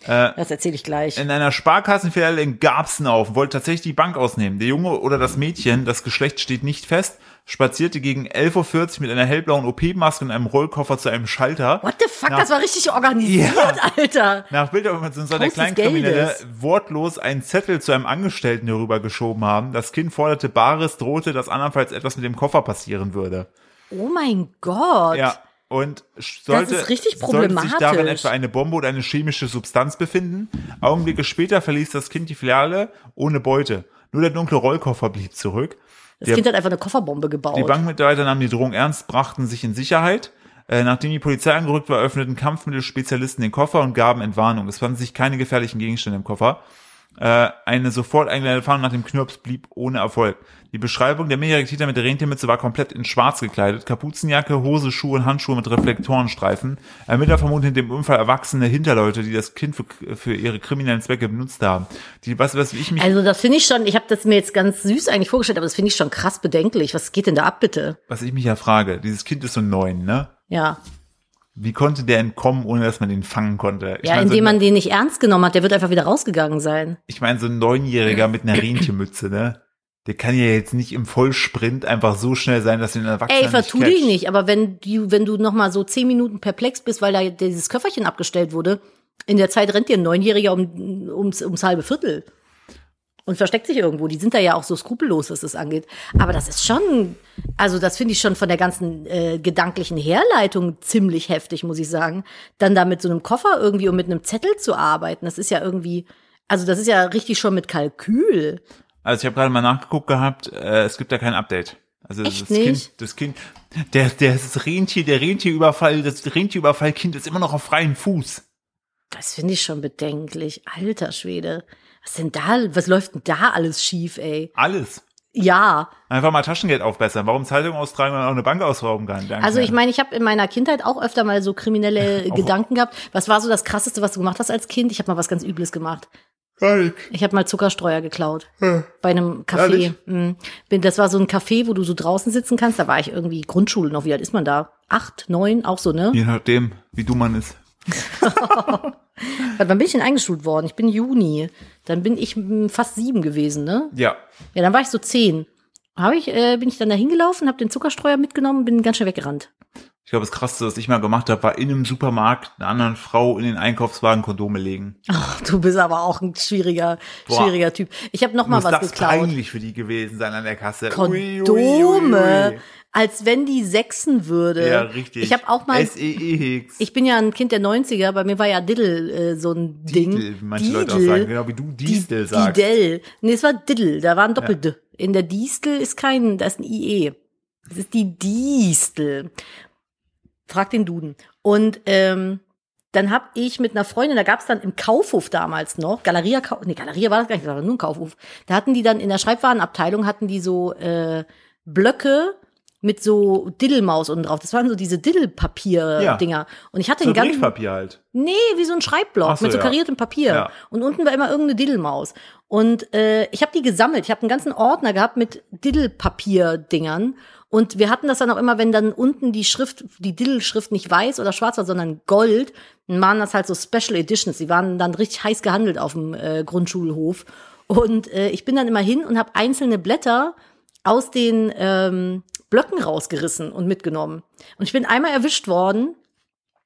B: das erzähle ich gleich.
A: in einer Sparkassenfiliale in Garbsen auf, wollte tatsächlich die Bank ausnehmen. Der Junge oder das Mädchen, das Geschlecht steht nicht fest, spazierte gegen 11.40 Uhr mit einer hellblauen OP-Maske und einem Rollkoffer zu einem Schalter.
B: What the fuck, das war richtig organisiert,
A: Ja.
B: Alter.
A: Nach Bildinformationen soll der
B: Haus des
A: Kleinkriminelle
B: Geldes.
A: wortlos einen Zettel zu einem Angestellten herübergeschoben haben. Das Kind forderte Bares, drohte, dass andernfalls etwas mit dem Koffer passieren würde.
B: Oh mein Gott.
A: Ja. Und sch- sollte,
B: ist richtig
A: sollte sich darin
B: problematisch.
A: etwa eine Bombe oder eine chemische Substanz befinden. Augenblicke später verließ das Kind die Filiale ohne Beute. Nur der dunkle Rollkoffer blieb zurück.
B: Das
A: Der-
B: Kind hat einfach eine Kofferbombe gebaut.
A: Die Bankmitarbeiter nahmen die Drohung ernst, brachten sich in Sicherheit. Äh, Nachdem die Polizei angerückt war, öffneten Kampfmittelspezialisten den Koffer und gaben Entwarnung. Es fanden sich keine gefährlichen Gegenstände im Koffer. Äh, Eine sofort eingeleitete Fahndung nach dem Knirps blieb ohne Erfolg. Die Beschreibung der mehrjährigen Täter mit der Rentiermütze war komplett in schwarz gekleidet. Kapuzenjacke, Hose, Schuhe und Handschuhe mit Reflektorenstreifen. Ermittler vermuten in dem Unfall erwachsene Hinterleute, die das Kind für, für ihre kriminellen Zwecke benutzt haben. Die, was, was ich mich
B: Also das finde ich schon, ich habe das mir jetzt ganz süß eigentlich vorgestellt, aber das finde ich schon krass bedenklich. Was geht denn da ab, bitte?
A: was ich mich ja frage, dieses Kind ist so neun, ne?
B: Ja,
A: Wie konnte der entkommen, ohne dass man den fangen konnte? Ich
B: ja
A: meine, so
B: indem
A: ein-
B: man den nicht ernst genommen hat, der wird einfach wieder rausgegangen sein.
A: ich meine, so ein Neunjähriger mit einer Rentiermütze, ne? Der kann ja jetzt nicht im Vollsprint einfach so schnell sein, dass ihn ein Erwachsener
B: Ey, vertu
A: catcht.
B: dich nicht, aber wenn du, wenn du noch mal so zehn Minuten perplex bist, weil da dieses Köfferchen abgestellt wurde, in der Zeit rennt dir ein Neunjähriger um, ums, ums halbe Viertel und versteckt sich irgendwo. Die sind da ja auch so skrupellos, was das angeht. Aber das ist schon, also das finde ich schon von der ganzen äh, gedanklichen Herleitung ziemlich heftig, muss ich sagen. Dann da mit so einem Koffer irgendwie und mit einem Zettel zu arbeiten, das ist ja irgendwie, also das ist ja richtig schon mit Kalkül.
A: Also ich habe gerade mal nachgeguckt gehabt, äh, es gibt da kein Update. Also
B: Echt
A: das
B: nicht?
A: Kind, das Kind, der, der das Rentier, der Rentierüberfall, das Rentierüberfallkind ist immer noch auf freiem Fuß.
B: Das finde ich schon bedenklich. Alter Schwede. Was denn da, was läuft denn da alles schief, ey?
A: Alles.
B: Ja.
A: Einfach mal Taschengeld aufbessern. Warum Zeitung austragen, wenn man auch eine Bank ausrauben kann? Danke.
B: Also ich meine, ich habe in meiner Kindheit auch öfter mal so kriminelle
A: (laughs) Auch-
B: Gedanken gehabt. Was war so das krasseste, was du gemacht hast als Kind? Ich habe mal was ganz Übles gemacht. Ich habe mal Zuckerstreuer geklaut bei einem Café.
A: Ehrlich?
B: Mm. Bin- Das war so ein Café, wo du so draußen sitzen kannst. Da war ich irgendwie Grundschule noch. Wie alt ist man da? Acht, neun, auch so, ne?
A: Je nachdem, wie du man ist.
B: Warte, Wann bin ich denn eingeschult worden? Ich bin Juni. Dann bin ich mm, fast sieben gewesen, ne?
A: Ja.
B: Ja, dann war ich so zehn. Hab ich, äh, bin ich dann da hingelaufen, habe den Zuckerstreuer mitgenommen, bin ganz schnell weggerannt. (laughs)
A: Ich glaube, das Krasseste, was ich mal gemacht habe, war in einem Supermarkt einer anderen Frau in den Einkaufswagen Kondome legen.
B: Ach, du bist aber auch ein schwieriger,
A: Boah.
B: schwieriger Typ. Ich habe noch mal
A: Muss
B: was
A: das
B: geklaut.
A: peinlich für die gewesen sein an der Kasse. Ui, ui, ui,
B: Kondome,
A: ui.
B: als wenn die sechsen würde.
A: Ja, richtig. E
B: Ich habe auch mal
A: SEEX.
B: Ich bin ja ein Kind der 90er, bei mir war ja Diddle äh, so ein Ding.
A: Diddle, wie manche Leute auch sagen, genau wie du Distel
B: Di-
A: sagst.
B: Didel. Nee, es war Diddle, da war ein Doppel-D. In der Distel ist kein, da ist ein IE. Das ist die Distel. Frag den Duden. Und ähm, dann habe ich mit einer Freundin, da gab es dann im Kaufhof damals noch, Galeria, Kau nee, Galeria war das gar nicht, das war nur ein Kaufhof. Da hatten die dann in der Schreibwarenabteilung, hatten die so äh, Blöcke mit so Diddelmaus unten drauf. Das waren so diese Diddelpapier-Dinger. Und ich hatte
A: so
B: den ganzen.
A: Briefpapier halt.
B: Nee, wie so ein Schreibblock
A: Ach so,
B: mit so
A: ja.
B: kariertem Papier.
A: Ja.
B: Und unten war immer irgendeine Diddelmaus. Und äh, ich habe die gesammelt. Ich habe einen ganzen Ordner gehabt mit Diddelpapier-Dingern. Und wir hatten das dann auch immer, wenn dann unten die Schrift, die Diddelschrift nicht weiß oder schwarz war, sondern gold, dann waren das halt so Special Editions. Die waren dann richtig heiß gehandelt auf dem äh, Grundschulhof. Und äh, ich bin dann immer hin und habe einzelne Blätter aus den ähm, Blöcken rausgerissen und mitgenommen. Und ich bin einmal erwischt worden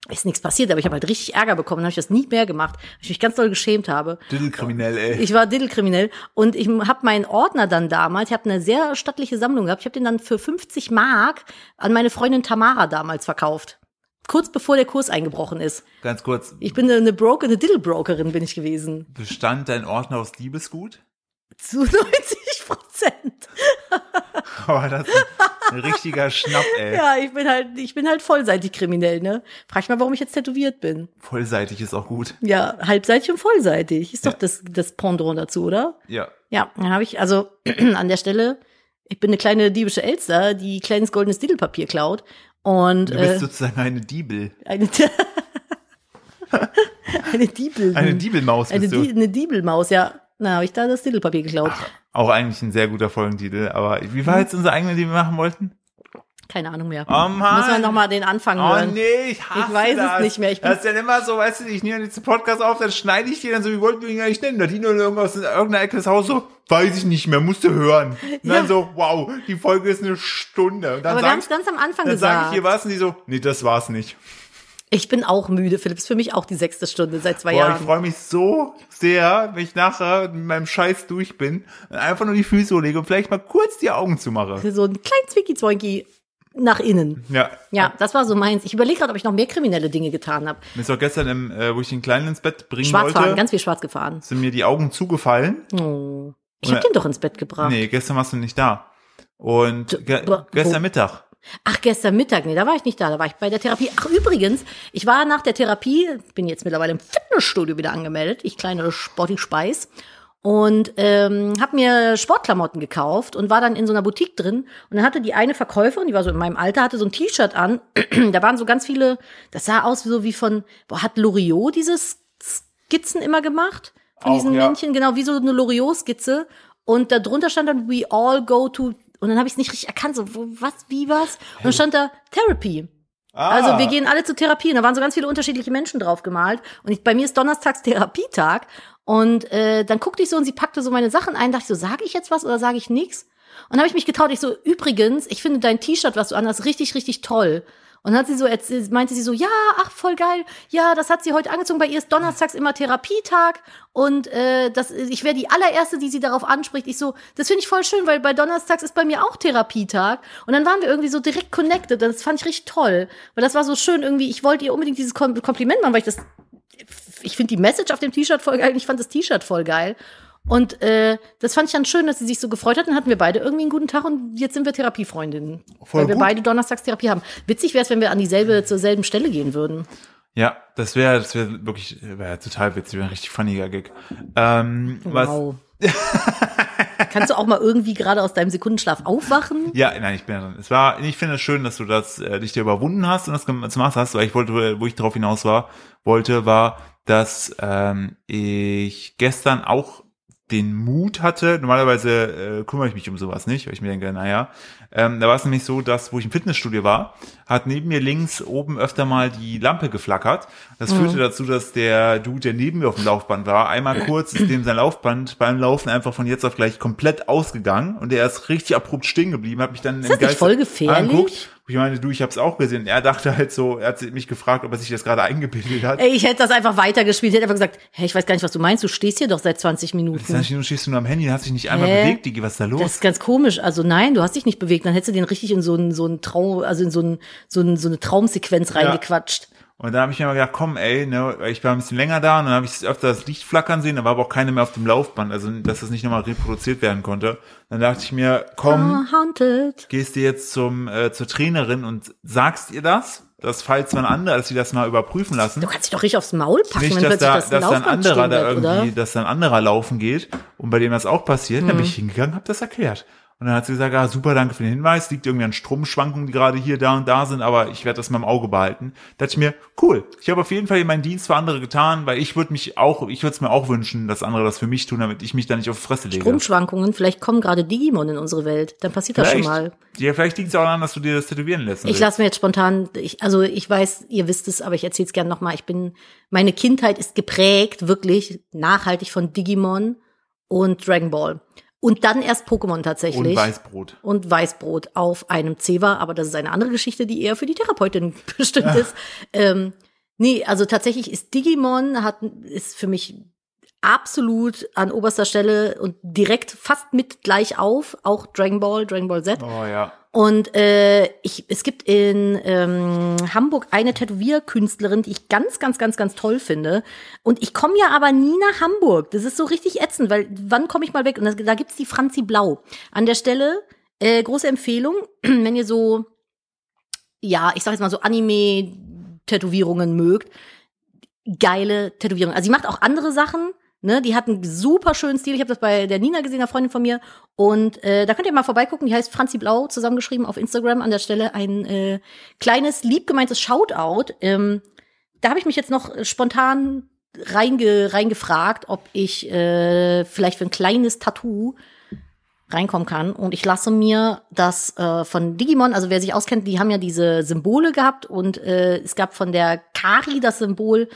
B: ist nichts passiert, aber ich habe halt richtig Ärger bekommen, habe ich das nie mehr gemacht, weil ich mich ganz doll geschämt habe.
A: Diddle-Kriminell, ey.
B: Ich war Diddle-Kriminell und ich habe meinen Ordner dann damals, ich habe eine sehr stattliche Sammlung gehabt, ich habe den dann für 50 Mark an meine Freundin Tamara damals verkauft. Kurz bevor der Kurs eingebrochen ist.
A: Ganz kurz,
B: Ich bin eine Broker, eine Diddle-Brokerin bin ich gewesen. (laughs)
A: bestand dein Ordner aus Liebesgut? (laughs)
B: Zu 90 Prozent.
A: Aber das ist ein richtiger Schnapp, ey.
B: Ja, ich bin halt, ich bin halt vollseitig kriminell, ne? Frag ich mal, warum ich jetzt tätowiert bin.
A: Vollseitig ist auch gut.
B: Ja, halbseitig und vollseitig. Ist doch
A: Ja.
B: das, das Pendant dazu, oder?
A: Ja.
B: Ja, dann habe ich, also (clears throat) an der Stelle, ich bin eine kleine diebische Elster, die kleines goldenes Didelpapier klaut. Und
A: Du bist
B: äh,
A: sozusagen eine Diebel.
B: eine, (laughs) eine Diebel.
A: Eine Diebelmaus
B: Eine,
A: bist
B: Di
A: du. Ah.
B: eine Diebelmaus, ja. Na, habe ich da das Didelpapier geklaut. Hm.
A: Auch eigentlich ein sehr guter Folgentitel, aber wie war jetzt unser eigener, den wir machen wollten?
B: keine Ahnung mehr.
A: Oh Mann.
B: Müssen wir nochmal den Anfang
A: Oh
B: hören.
A: nee, ich hasse
B: Ich weiß es
A: das.
B: nicht mehr. Ich bin-
A: das ist dann immer so, weißt du, ich nehme jetzt den Podcast auf, dann schneide ich die dann so, wie wollten wir ihn eigentlich nennen? Da die nur irgendwas in irgendeiner Ecke des Hauses so, weiß ich nicht mehr, musst du hören. Und dann
B: Ja.
A: so, wow, die Folge ist eine Stunde. Und dann
B: Aber wir
A: sag-
B: haben es ganz am Anfang
A: Dann sage ich
B: gesagt.
A: hier was und die so, nee, das war's nicht.
B: Ich bin auch müde, Philipp. Ist für mich auch die sechste Stunde seit zwei
A: Boah, ich
B: Jahren.
A: freue mich so sehr, wenn ich nachher mit meinem Scheiß durch bin und einfach nur die Füße hochlege und vielleicht mal kurz die Augen zumache.
B: So ein kleines Zwicky-Zwonki nach innen.
A: Ja.
B: Ja, das war so meins. Ich überlege gerade, ob ich noch mehr kriminelle Dinge getan habe.
A: Mir ist auch gestern, im, äh, wo ich den Kleinen ins Bett bringen
B: Schwarz fahren,
A: wollte,
B: ganz viel schwarz gefahren.
A: sind mir die Augen zugefallen.
B: Oh. Ich habe
A: Ja.
B: den doch ins Bett gebracht.
A: Nee, gestern warst du nicht da. Und ge
B: bo-
A: gestern
B: wo-
A: Mittag.
B: Ach, gestern Mittag, nee, da war ich nicht da, da war ich bei der Therapie. Ach, übrigens, ich war nach der Therapie, bin jetzt mittlerweile im Fitnessstudio wieder angemeldet, ich kleine Sporty Speis, und ähm, habe mir Sportklamotten gekauft und war dann in so einer Boutique drin. Und dann hatte die eine Verkäuferin, die war so in meinem Alter, hatte so ein T-Shirt an. (clears throat) da waren so ganz viele, das sah aus wie so wie von, boah, hat Loriot diese Skizzen immer gemacht? Von
A: Auch,
B: diesen
A: ja.
B: Männchen, genau, wie so eine Loriot-Skizze. Und da drunter stand dann, we all go to, und dann habe ich es nicht richtig erkannt, so, wo, was, wie, was? Und dann stand da Therapy.
A: Ah,
B: Also wir gehen alle zur Therapie. Und da waren so ganz viele unterschiedliche Menschen drauf gemalt. Und ich, bei mir ist donnerstags Therapietag. Und äh, dann guckte ich so und sie packte so meine Sachen ein. Dachte ich so, sage ich jetzt was oder sage ich nichts? Und habe ich mich getraut. Ich so, übrigens, ich finde dein T-Shirt, was du anhast, richtig, richtig toll. Und dann hat sie so erzählt, meinte sie so, ja, ach, voll geil, ja, das hat sie heute angezogen. Bei ihr ist donnerstags immer Therapietag und äh, das, ich wäre die allererste, die sie darauf anspricht. Ich so, das finde ich voll schön, weil bei donnerstags ist bei mir auch Therapietag. Und dann waren wir irgendwie so direkt connected. Das fand ich richtig toll. Weil das war so schön irgendwie, ich wollte ihr unbedingt dieses Kom Kompliment machen, weil ich das ich finde die Message auf dem T-Shirt voll geil. Ich fand das T-Shirt voll geil. Und äh, das fand ich dann schön, dass sie sich so gefreut hat. Dann hatten wir beide irgendwie einen guten Tag und jetzt sind wir Therapiefreundinnen.
A: Voll
B: weil wir
A: gut.
B: beide Donnerstagstherapie haben. Witzig wäre es, wenn wir an dieselbe, zur selben Stelle gehen würden.
A: Ja, das wäre das wär wirklich wär total witzig, wär ein richtig funniger Gig. Ähm, was,
B: Wow. (laughs) Kannst du auch mal irgendwie gerade aus deinem Sekundenschlaf aufwachen?
A: ja, nein, ich bin ja dran. Es war, ich finde es schön, dass du das äh, dich da überwunden hast und das gemacht hast, weil ich wollte, wo ich drauf hinaus war, wollte, war, dass ähm, ich gestern auch den Mut hatte, normalerweise äh, kümmere ich mich um sowas nicht, weil ich mir denke, naja, ähm, da war es nämlich so, dass, wo ich im Fitnessstudio war, hat neben mir links oben öfter mal die Lampe geflackert. Das
B: Mhm.
A: führte dazu, dass der Dude, der neben mir auf dem Laufband war, einmal kurz ist dem sein Laufband beim Laufen einfach von jetzt auf gleich komplett ausgegangen und er ist richtig abrupt stehen geblieben, hat mich dann
B: das nicht voll gefährlich?
A: angeguckt. Ich meine, du, ich hab's auch gesehen. Und Er dachte halt so, er hat mich gefragt, ob er sich das gerade eingebildet hat.
B: Ey, ich hätte das einfach weitergespielt. Ich hätte einfach gesagt, hey, ich weiß gar nicht, was du meinst. Du stehst hier doch seit 20 Minuten.
A: 20 Minuten stehst du nur am Handy, hast dich nicht einmal
B: Hä?
A: bewegt, Digi, was ist da los?
B: Das ist ganz komisch. Also nein, du hast dich nicht bewegt. Dann hättest du den richtig in so einen, so einen Traum, also in so, einen, so, einen, so eine Traumsequenz reingequatscht.
A: Und dann habe ich mir mal gedacht, komm, ey, ne, weil ich war ein bisschen länger da und dann habe ich öfter das Licht flackern sehen, da war aber auch keine mehr auf dem Laufband, also dass das nicht nochmal reproduziert werden konnte. Dann dachte ich mir, komm,
B: Ah, haunted.
A: gehst du jetzt zum äh, zur Trainerin und sagst ihr das, dass falls man andere, dass sie das mal überprüfen lassen.
B: Du kannst dich doch richtig aufs Maul packen,
A: Nicht,
B: wenn
A: dass
B: plötzlich
A: da, dass
B: das
A: da ein
B: Laufband
A: anderer
B: stehen
A: da
B: bleibt,
A: irgendwie,
B: oder?
A: dass da ein anderer laufen geht und bei dem das auch passiert, dann
B: Hm.
A: bin ich hingegangen, habe das erklärt. Und dann hat sie gesagt, ah, super, danke für den Hinweis, liegt irgendwie an Stromschwankungen, die gerade hier, da und da sind, aber ich werde das mal im Auge behalten. Da dachte ich mir, cool, ich habe auf jeden Fall meinen Dienst für andere getan, weil ich würde mich auch, ich würde es mir auch wünschen, dass andere das für mich tun, damit ich mich da nicht auf die Fresse lege.
B: Stromschwankungen, vielleicht kommen gerade Digimon in unsere Welt. Dann passiert das schon mal.
A: vielleicht, ja, vielleicht liegt es auch daran, dass du dir das tätowieren lässt. ne?
B: Ich lasse mir jetzt spontan, ich, also ich weiß, ihr wisst es, aber ich erzähle es gerne nochmal. Ich bin, meine Kindheit ist geprägt, wirklich nachhaltig von Digimon und Dragon Ball. Und dann erst Pokémon tatsächlich.
A: und Weißbrot.
B: und Weißbrot auf einem Zewa, aber das ist eine andere Geschichte, die eher für die Therapeutin (laughs) bestimmt ist. Ähm, nee, also tatsächlich ist Digimon hat, ist für mich absolut an oberster Stelle und direkt fast mit gleich auf, auch Dragon Ball, Dragon Ball Z.
A: Oh ja.
B: Und äh, ich, es gibt in ähm, Hamburg eine Tätowierkünstlerin, die ich ganz, ganz, ganz, ganz toll finde. Und ich komme ja aber nie nach Hamburg. Das ist so richtig ätzend, weil wann komme ich mal weg? Und das, da gibt's die Franzi Blau. An der Stelle, äh, große Empfehlung, (clears throat) wenn ihr so, ja, ich sag jetzt mal so Anime-Tätowierungen mögt, geile Tätowierung. Also sie macht auch andere Sachen. Ne, die hat einen super schönen Stil. Ich habe das bei der Nina gesehen, einer Freundin von mir. Und äh, da könnt ihr mal vorbeigucken. Die heißt Franzi Blau, zusammengeschrieben auf Instagram. An der Stelle ein äh, kleines, liebgemeintes Shoutout. Ähm, da habe ich mich jetzt noch äh, spontan reinge reingefragt, ob ich äh, vielleicht für ein kleines Tattoo reinkommen kann. Und ich lasse mir das äh, von Digimon, also wer sich auskennt, die haben ja diese Symbole gehabt und äh, es gab von der Kari das Symbol,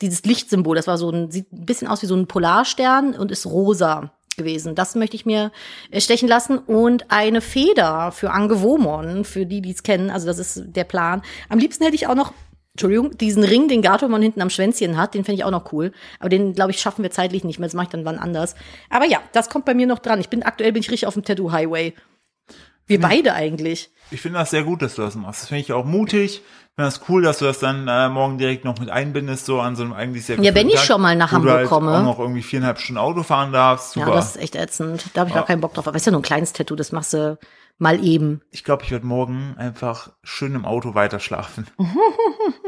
B: dieses Lichtsymbol, das war so ein, sieht ein bisschen aus wie so ein Polarstern und ist rosa gewesen. Das möchte ich mir äh, stechen lassen und eine Feder für Angewomon, für die, die es kennen, also das ist der Plan. Am liebsten hätte ich auch noch Entschuldigung, diesen Ring, den Gatomon hinten am Schwänzchen hat, den fände ich auch noch cool. Aber den, glaube ich, schaffen wir zeitlich nicht mehr. Das mache ich dann wann anders. Aber ja, das kommt bei mir noch dran. Ich bin aktuell bin ich richtig auf dem Tattoo Highway. Wir beide eigentlich.
A: Ich finde das sehr gut, dass du das machst. Das finde ich auch mutig. Ich finde das cool, dass du das dann äh, morgen direkt noch mit einbindest, so an so einem eigentlich sehr
B: Ja, wenn
A: guten
B: ich
A: Tag,
B: schon mal nach
A: wo
B: Hamburg
A: du halt
B: komme.
A: Auch noch irgendwie viereinhalb Stunden Auto fahren darfst. Super.
B: Ja, das ist echt ätzend. Da habe ich gar keinen Bock drauf. Aber ist ja nur ein kleines Tattoo, das machst du mal eben.
A: ich glaube, ich werde morgen einfach schön im Auto weiterschlafen. (laughs)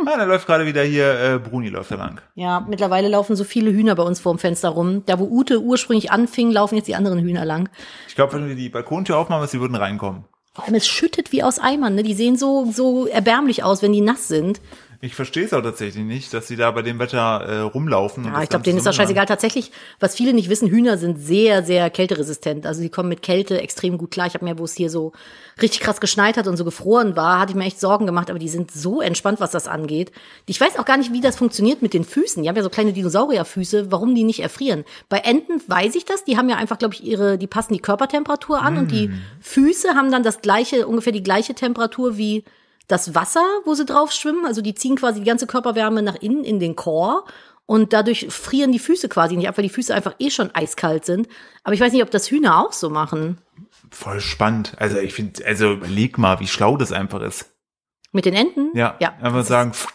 A: ah, da läuft gerade wieder hier, äh, Bruni läuft da lang.
B: Ja, mittlerweile laufen so viele Hühner bei uns vorm Fenster rum. Da, wo Ute ursprünglich anfing, laufen jetzt die anderen Hühner lang.
A: Ich glaube, wenn wir die Balkontür aufmachen, dass die würden reinkommen.
B: Vor allem, es schüttet wie aus Eimern. Ne? Die sehen so, so erbärmlich aus, wenn die nass sind.
A: Ich verstehe es auch tatsächlich nicht, dass sie da bei dem Wetter äh, rumlaufen. und
B: Ja,
A: das
B: ich glaube,
A: Ganze
B: denen ist das
A: so mitmachen.
B: scheißegal. Tatsächlich, was viele nicht wissen, Hühner sind sehr, sehr kälteresistent. Also die kommen mit Kälte extrem gut klar. Ich habe mir, wo es hier so richtig krass geschneit hat und so gefroren war, hatte ich mir echt Sorgen gemacht. Aber die sind so entspannt, was das angeht. Ich weiß auch gar nicht, wie das funktioniert mit den Füßen. Die haben ja so kleine Dinosaurierfüße, warum die nicht erfrieren. Bei Enten weiß ich das. Die haben ja einfach, glaube ich, ihre, die passen die Körpertemperatur an und die Füße haben dann das gleiche, ungefähr die gleiche Temperatur wie das Wasser, wo sie drauf schwimmen. Also die ziehen quasi die ganze Körperwärme nach innen in den Chor. Und dadurch frieren die Füße quasi nicht ab, weil die Füße einfach eh schon eiskalt sind. Aber ich weiß nicht, ob das Hühner auch so machen.
A: Voll spannend. Also ich finde, also überleg mal, wie schlau das einfach ist.
B: Mit den Enten?
A: Ja,
B: ja.
A: einfach sagen, pff,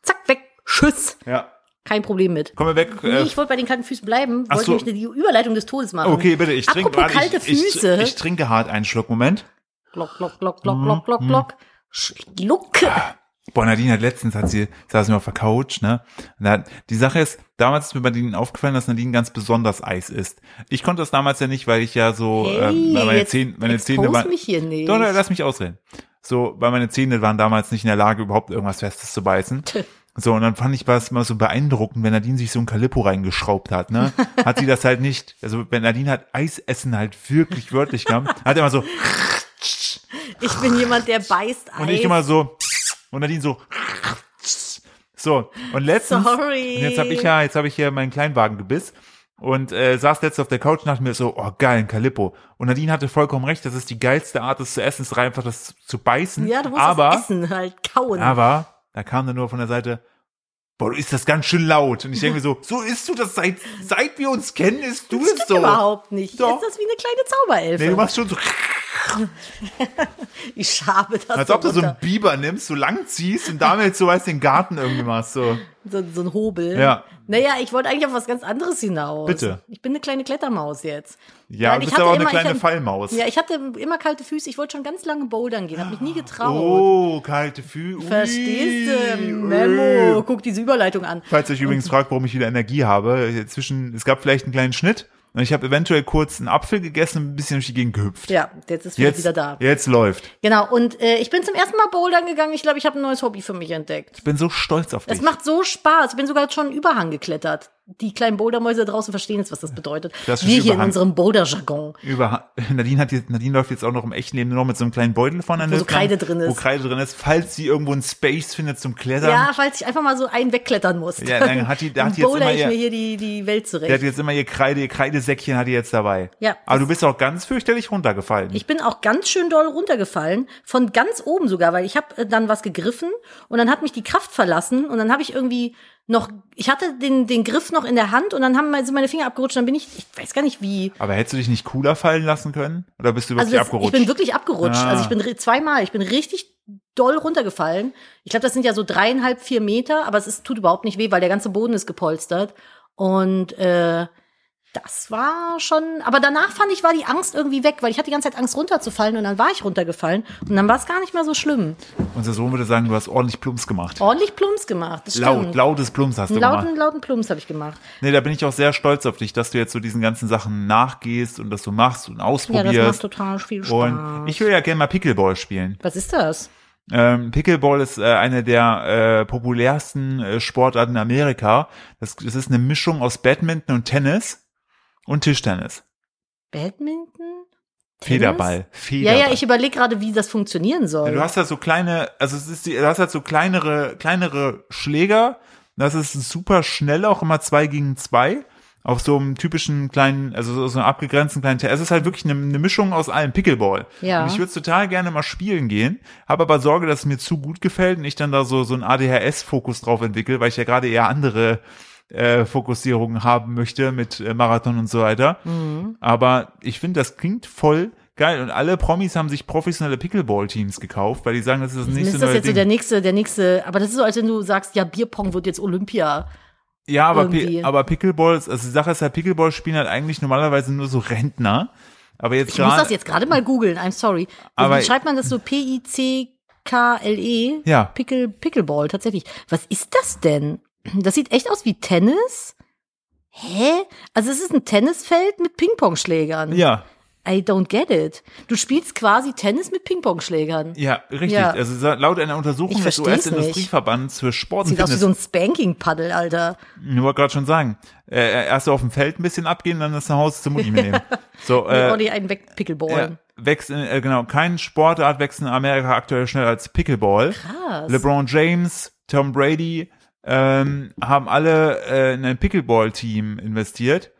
B: Zack, weg, Schuss.
A: ja,
B: Kein Problem mit.
A: komm mal weg.
B: Nee,
A: äh,
B: ich wollte bei den kalten Füßen bleiben,
A: Ach
B: wollte
A: so.
B: nämlich die Überleitung des Todes machen.
A: okay, bitte, ich trinke
B: Apropos kalte
A: ich, ich,
B: Füße.
A: ich trinke hart einen Schluck, Moment.
B: Glock, glock, glock, glock, glock,
A: Mhm.
B: glock, glock. Schluck.
A: Bonadine hat letztens, hat sie, saß mir auf der Couch, ne? Und hat, die Sache ist, damals ist mir bei Nadine aufgefallen, dass Nadine ganz besonders Eis isst. Ich konnte das damals ja nicht, weil ich ja so, ähm, weil meine
B: jetzt
A: Zähne, meine Zähne
B: expose
A: waren,
B: mich hier nicht.
A: Doch, doch, lass mich ausreden. So, weil meine Zähne waren damals nicht in der Lage, überhaupt irgendwas Festes zu beißen. So, und dann fand ich was immer so beeindruckend, wenn Nadine sich so ein Kalippo reingeschraubt hat,
B: (laughs)
A: ne? Hat sie das halt nicht. Also, wenn Nadine hat Eisessen halt wirklich wörtlich gehabt, hat immer so,
B: Ich bin jemand, der beißt
A: und ich
B: Eis.
A: immer so, und Nadine so, so. Und letztens,
B: Sorry.
A: Und jetzt habe ich ja, jetzt habe ich hier meinen Kleinwagengebiss und äh, saß letztens auf der Couch und dachte mir so, oh geil, ein Kalippo. Und Nadine hatte vollkommen recht, das ist die geilste Art, das zu essen, ist einfach das zu beißen.
B: ja, du musst
A: aber,
B: das essen, halt kauen.
A: Aber da kam dann nur von der Seite, boah, du isst das ganz schön laut. Und ich denke mir so, (laughs) so isst du das seit, seit wir uns kennen, isst du
B: das
A: es
B: stimmt
A: so.
B: überhaupt nicht.
A: Doch.
B: Ist das wie eine kleine Zauberelfe?
A: Nee, du machst schon so,
B: Ich schabe das
A: als
B: so
A: ob du so einen
B: runter.
A: Biber nimmst, so lang ziehst und damit so weißt, den Garten irgendwie machst. So.
B: so, so ein Hobel.
A: Ja.
B: Naja, ich wollte eigentlich auf was ganz anderes hinaus.
A: Bitte.
B: Ich bin eine kleine Klettermaus jetzt.
A: Ja,
B: Nein,
A: du
B: ich
A: bist
B: hatte
A: aber auch eine
B: immer- ich
A: kleine
B: hatte-
A: Fallmaus.
B: Ja, ich hatte immer kalte Füße. Ich wollte schon ganz lange bouldern gehen, habe mich nie getraut.
A: Oh, kalte Füße.
B: Verstehst
A: äh,
B: du? Memo, guck diese Überleitung an.
A: Falls ihr euch übrigens fragt, warum ich wieder Energie habe, äh, zwischen, es gab vielleicht einen kleinen Schnitt und ich habe eventuell kurz einen Apfel gegessen und ein bisschen durch die Gegend gehüpft.
B: Ja, jetzt ist
A: jetzt,
B: wieder da.
A: jetzt läuft.
B: Genau, und äh, ich bin zum ersten Mal bouldern gegangen. Ich glaube, ich habe ein neues Hobby für mich entdeckt.
A: Ich bin so stolz auf dich.
B: Es macht so Spaß. Ich bin sogar schon einen Überhang geklettert. Die kleinen Bouldermäuse da draußen verstehen jetzt, was das bedeutet. Wir
A: Klassisch
B: hier in
A: Überhang.
B: unserem Boulder-Jargon.
A: Über (laughs) Nadine hat jetzt, Nadine läuft jetzt auch noch im echten Leben nur noch mit so einem kleinen Beutel von der
B: Wo so
A: Lippe,
B: Kreide drin ist.
A: Wo Kreide drin ist, falls sie irgendwo einen Space findet zum Klettern.
B: Ja, falls ich einfach mal so einen wegklettern muss.
A: Ja, dann hat die- da hat die jetzt
B: bowler
A: immer
B: ich
A: ihr-
B: mir hier die, die Welt
A: Der hat
B: zurecht.
A: jetzt immer ihr Kreide, ihr Kreidesäckchen hat die jetzt dabei.
B: Ja.
A: Aber du bist auch ganz fürchterlich runtergefallen.
B: Ich bin auch ganz schön doll runtergefallen, von ganz oben sogar, weil ich habe dann was gegriffen und dann hat mich die Kraft verlassen und dann habe ich irgendwie noch, ich hatte den, den Griff noch in der Hand und dann haben meine, sind meine Finger abgerutscht, dann bin ich, ich weiß gar nicht wie.
A: Aber hättest du dich nicht cooler fallen lassen können? Oder bist du wirklich
B: Also das, ich
A: abgerutscht?
B: bin wirklich abgerutscht.
A: Ah.
B: Also ich bin ri- zweimal, ich bin richtig doll runtergefallen. Ich glaube, das sind ja so dreieinhalb, vier Meter, aber es ist, tut überhaupt nicht weh, weil der ganze Boden ist gepolstert. Und äh, das war schon. Aber danach fand ich, war die Angst irgendwie weg, weil ich hatte die ganze Zeit Angst runterzufallen und dann war ich runtergefallen und dann war es gar nicht mehr so schlimm.
A: Unser Sohn würde sagen, du hast ordentlich Plumps gemacht.
B: Ordentlich Plumps gemacht. Das
A: Laut,
B: stimmt.
A: lautes Plumps hast du
B: Einen
A: gemacht.
B: lauten, lauten Plumps habe ich gemacht.
A: Nee, da bin ich auch sehr stolz auf dich, dass du jetzt so diesen ganzen Sachen nachgehst und das so machst und
B: Ja, das macht
A: ausprobierst.
B: total viel Spaß.
A: und ich will ja gerne mal Pickleball spielen.
B: Was ist das?
A: Ähm, Pickleball ist äh, eine der äh, populärsten äh, Sportarten in Amerika. Das, das ist eine Mischung aus Badminton und Tennis und Tischtennis.
B: Badminton?
A: Federball.
B: Ja,
A: Federball.
B: ja, ich überlege gerade, wie das funktionieren soll.
A: Du hast da so kleine, also es ist, die- du hast halt so kleinere, kleinere Schläger. Das ist super schnell, auch immer zwei gegen zwei. Auf so einem typischen kleinen, also so- so einem abgegrenzten kleinen Ter Es ist halt wirklich eine, eine Mischung aus allem Pickleball.
B: Ja.
A: Und ich würde es total gerne mal spielen gehen, habe aber Sorge, dass es mir zu gut gefällt und ich dann da so, so einen ADHS-Fokus drauf entwickle, weil ich ja gerade eher andere äh, Fokussierungen haben möchte mit äh, Marathon und so weiter.
B: Mhm.
A: Aber ich finde, das klingt voll geil. Und alle Promis haben sich professionelle Pickleball-Teams gekauft, weil die sagen, das ist das
B: Mist,
A: nächste
B: das ist
A: neue
B: jetzt so
A: Ding.
B: der nächste, der nächste. Aber das ist so, als wenn du sagst, ja, Bierpong wird jetzt Olympia.
A: ja, aber, Pi-
B: irgendwie.
A: aber Pickleball, ist- also die Sache ist halt, Pickleball spielen halt eigentlich normalerweise nur so Rentner. Aber jetzt
B: Ich muss das
A: gerade.
B: jetzt gerade mal googeln, I'm sorry.
A: Aber-
B: Wie schreibt man das so? P-I-C-K-L-E?
A: Ja.
B: Pickle, Pickleball, tatsächlich. Was ist das denn? Das sieht echt aus wie Tennis? Hä? Also es ist ein Tennisfeld mit Pingpongschlägern.
A: Ja,
B: I don't get it. Du spielst quasi Tennis mit Pingpongschlägern.
A: ja, richtig.
B: Ja.
A: Also sa- laut einer Untersuchung
B: Ich
A: des
B: versteh's nicht.
A: US-Industrieverbands für Sport und
B: Sieht aus wie
A: Fitness.
B: so ein Spanking-Paddel, Alter.
A: Ich wollte gerade schon sagen. Äh, erst auf dem Feld ein bisschen abgehen, dann das nach Hause zum Mutti
B: (laughs)
A: mitnehmen. So,
B: Äh,
A: äh,
B: Ordentlich einen wegpicklballen.
A: Ja, wächst in, äh, genau, kein Sportart wächst in Amerika aktuell schneller als Pickleball.
B: Krass.
A: LeBron James, Tom Brady ähm, haben alle äh, in ein Pickleball-Team investiert.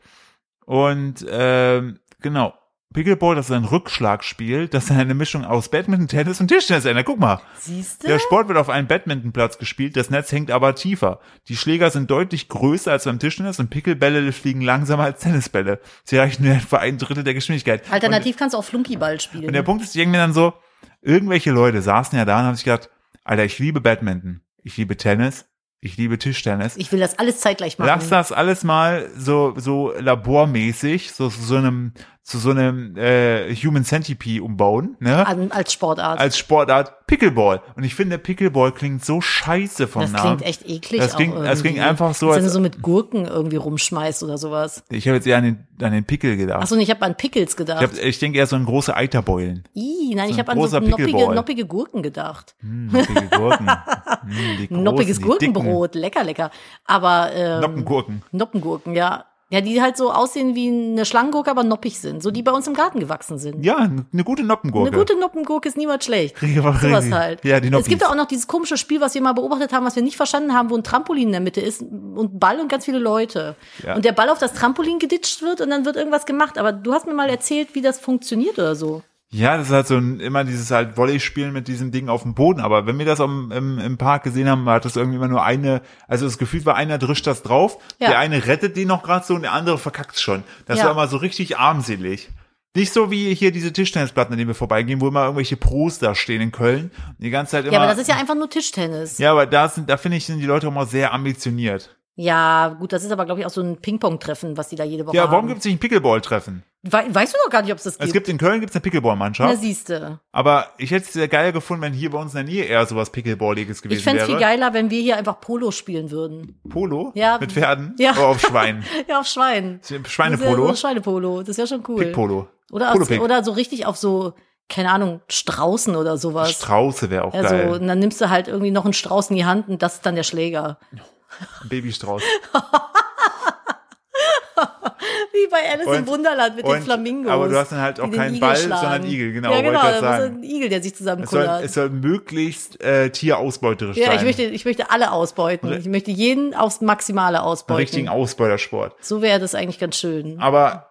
A: Und ähm, genau, Pickleball, das ist ein Rückschlagspiel, das ist eine Mischung aus Badminton, Tennis und Tischtennis. ändert. Guck mal.
B: Siehst
A: Der
B: du?
A: Sport wird auf einem Badmintonplatz gespielt, das Netz hängt aber tiefer. Die Schläger sind deutlich größer als beim Tischtennis und Pickelbälle fliegen langsamer als Tennisbälle. Sie erreichen nur etwa ein Drittel der Geschwindigkeit. Und-
B: Alternativ kannst du auch Flunkyball spielen.
A: und der Punkt ist irgendwie dann so, irgendwelche Leute saßen ja da und haben sich gedacht, Alter, ich liebe Badminton, ich liebe Tennis, ich liebe Tischtennis.
B: ich will das alles zeitgleich machen.
A: Lass das alles mal so so labormäßig so zu so einem zu so einem äh, Human Centipede umbauen, ne?
B: An, als Sportart.
A: Als Sportart Pickleball. Und ich finde Pickleball klingt so scheiße vom
B: das
A: Namen.
B: klingt echt eklig.
A: Das
B: auch
A: klingt- das
B: irgendwie.
A: klingt einfach so,
B: Als wenn
A: als-
B: du so mit Gurken irgendwie rumschmeißt oder sowas.
A: ich habe jetzt eher an den, an den Pickel gedacht.
B: Achso, und ich habe an Pickles
A: ich,
B: gedacht.
A: hab, ich denke eher so an große Eiterbeulen.
B: Ih, nein,
A: so
B: ich
A: ein
B: habe an so
A: großer
B: noppige,
A: Pickleball.
B: noppige Gurken gedacht.
A: Hm, noppige
B: (laughs)
A: Gurken. Hm, die großen,
B: Noppiges
A: die
B: Gurkenbrot, lecker, lecker. Aber ähm,
A: dicken Noppengurken.
B: Noppengurken, ja. Ja, die halt so aussehen wie eine Schlangengurke, aber noppig sind. So die bei uns im Garten gewachsen sind.
A: Ja, eine gute Noppengurke.
B: Eine gute Noppengurke ist niemals schlecht.
A: Richtig, aber
B: Sowas
A: richtig.
B: halt.
A: Ja, die
B: es
A: Noppis.
B: gibt auch noch dieses komische Spiel, was wir mal beobachtet haben, was wir nicht verstanden haben, wo ein Trampolin in der Mitte ist und Ball und ganz viele Leute.
A: Ja.
B: Und der Ball auf das Trampolin geditscht wird und dann wird irgendwas gemacht. Aber du hast mir mal erzählt, wie das funktioniert oder so.
A: Ja, das ist halt so ein, immer dieses halt Volley-Spielen mit diesem Ding auf dem Boden. Aber wenn wir das im, im, im Park gesehen haben, hat das irgendwie immer nur eine, also das Gefühl war, einer drischt das drauf,
B: Ja.
A: der eine rettet den noch gerade so und der andere verkackt schon. Das
B: Ja.
A: war immer so richtig armselig. Nicht so wie hier diese Tischtennisplatten, an denen wir vorbeigehen, wo immer irgendwelche Pros da stehen in Köln. Und die ganze Zeit immer.
B: Ja, aber das ist ja einfach nur Tischtennis. Ja,
A: Ja, aber da sind, da finde ich, sind die Leute immer sehr ambitioniert.
B: gut, das ist aber, glaube ich, auch so ein Ping-Pong-Treffen, was die da jede Woche
A: Ja, warum
B: haben.
A: gibt es nicht ein Pickleball-Treffen?
B: We weißt du doch gar nicht, ob es das gibt.
A: Es gibt in Köln gibt's eine
B: Na,
A: Pickleball-Mannschaft.
B: siehste.
A: Aber ich hätte es sehr geil gefunden, wenn hier bei uns in der Nähe eher sowas Pickleball-iges gewesen
B: Ich fänd's
A: wäre.
B: viel geiler, wenn wir hier einfach Polo spielen würden.
A: Polo?
B: Ja.
A: Mit Pferden?
B: Ja.
A: Oder Oh, auf Schweinen?
B: (laughs) Ja, auf Schwein.
A: Schweinepolo?
B: Das ist ja so Schweinepolo, das ist ja schon cool.
A: Pickpolo.
B: Oder,
A: Polo-Pick.
B: oder so richtig auf so, keine Ahnung, Straußen oder sowas.
A: Strauße wäre auch
B: ja, so,
A: geil.
B: und dann nimmst du halt irgendwie noch einen Strauß in die Hand und das ist dann der Schläger.
A: Ein Babystrauß.
B: (laughs) Wie bei Alice im
A: Und-
B: Wunderland mit den
A: und-
B: Flamingos.
A: aber du hast dann halt auch
B: die den
A: keinen
B: Igel
A: Ball,
B: schlagen.
A: sondern Igel, genau,
B: Ja,
A: wollte
B: genau,
A: grad
B: da muss
A: sagen.
B: ein Igel, der sich
A: Es soll,
B: zusammenkullert.
A: es soll möglichst äh, tierausbeuterisch
B: Ja,
A: sein.
B: ich möchte, ich möchte alle ausbeuten. Ich möchte jeden aufs Maximale
A: Einen
B: ausbeuten.
A: richtigen Ah. Ausbeutersport.
B: So wäre das eigentlich ganz schön.
A: Aber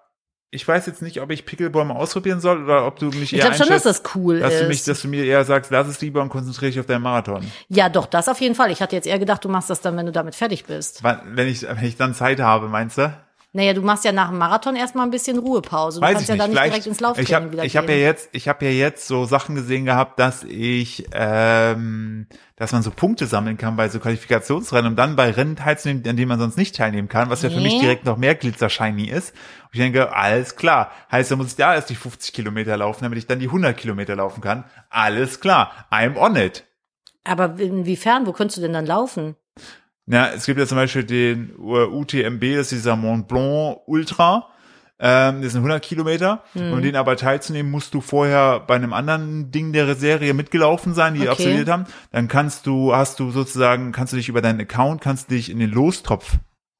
A: ich weiß jetzt nicht, ob ich Pickleball mal ausprobieren soll oder ob du mich
B: ich
A: eher
B: glaube schon, dass
A: einschätzt,
B: das cool
A: dass
B: ist.
A: du, mich, dass du mir eher sagst, lass es lieber und konzentriere dich auf deinen Marathon.
B: ja, doch, das auf jeden Fall. Ich hatte jetzt eher gedacht, du machst das dann, wenn du damit fertig bist.
A: Wann- Wenn ich, wenn ich dann Zeit habe, meinst du?
B: Naja, du machst ja nach dem Marathon erstmal ein bisschen Ruhepause. Du
A: Weiß ich
B: kannst ja dann
A: nicht.
B: nicht
A: Vielleicht,
B: direkt ins
A: ich
B: Lauftraining
A: hab,
B: wieder
A: Ich habe ja
B: gehen.
A: jetzt, ich habe ja jetzt so Sachen gesehen gehabt, dass ich, ähm, dass man so Punkte sammeln kann bei so Qualifikationsrennen und dann bei Rennen teilzunehmen, an denen man sonst nicht teilnehmen kann, was ja für
B: Nee.
A: mich direkt noch mehr glitzershiny ist. Und ich denke, alles klar. Heißt, da muss ich da erst die 50 Kilometer laufen, damit ich dann die 100 Kilometer laufen kann. Alles klar. I'm on it.
B: Aber inwiefern? Wo könntest du denn dann laufen?
A: Na, es gibt ja zum Beispiel den äh, UTMB, das ist dieser Mont Blanc Ultra. Ähm, das sind 100 Kilometer.
B: Hm.
A: Um den aber teilzunehmen, musst du vorher bei einem anderen Ding der Serie mitgelaufen sein, die
B: Okay.
A: absolviert haben. Dann kannst du, hast du sozusagen, kannst du dich über deinen Account, kannst du dich in den Lostopf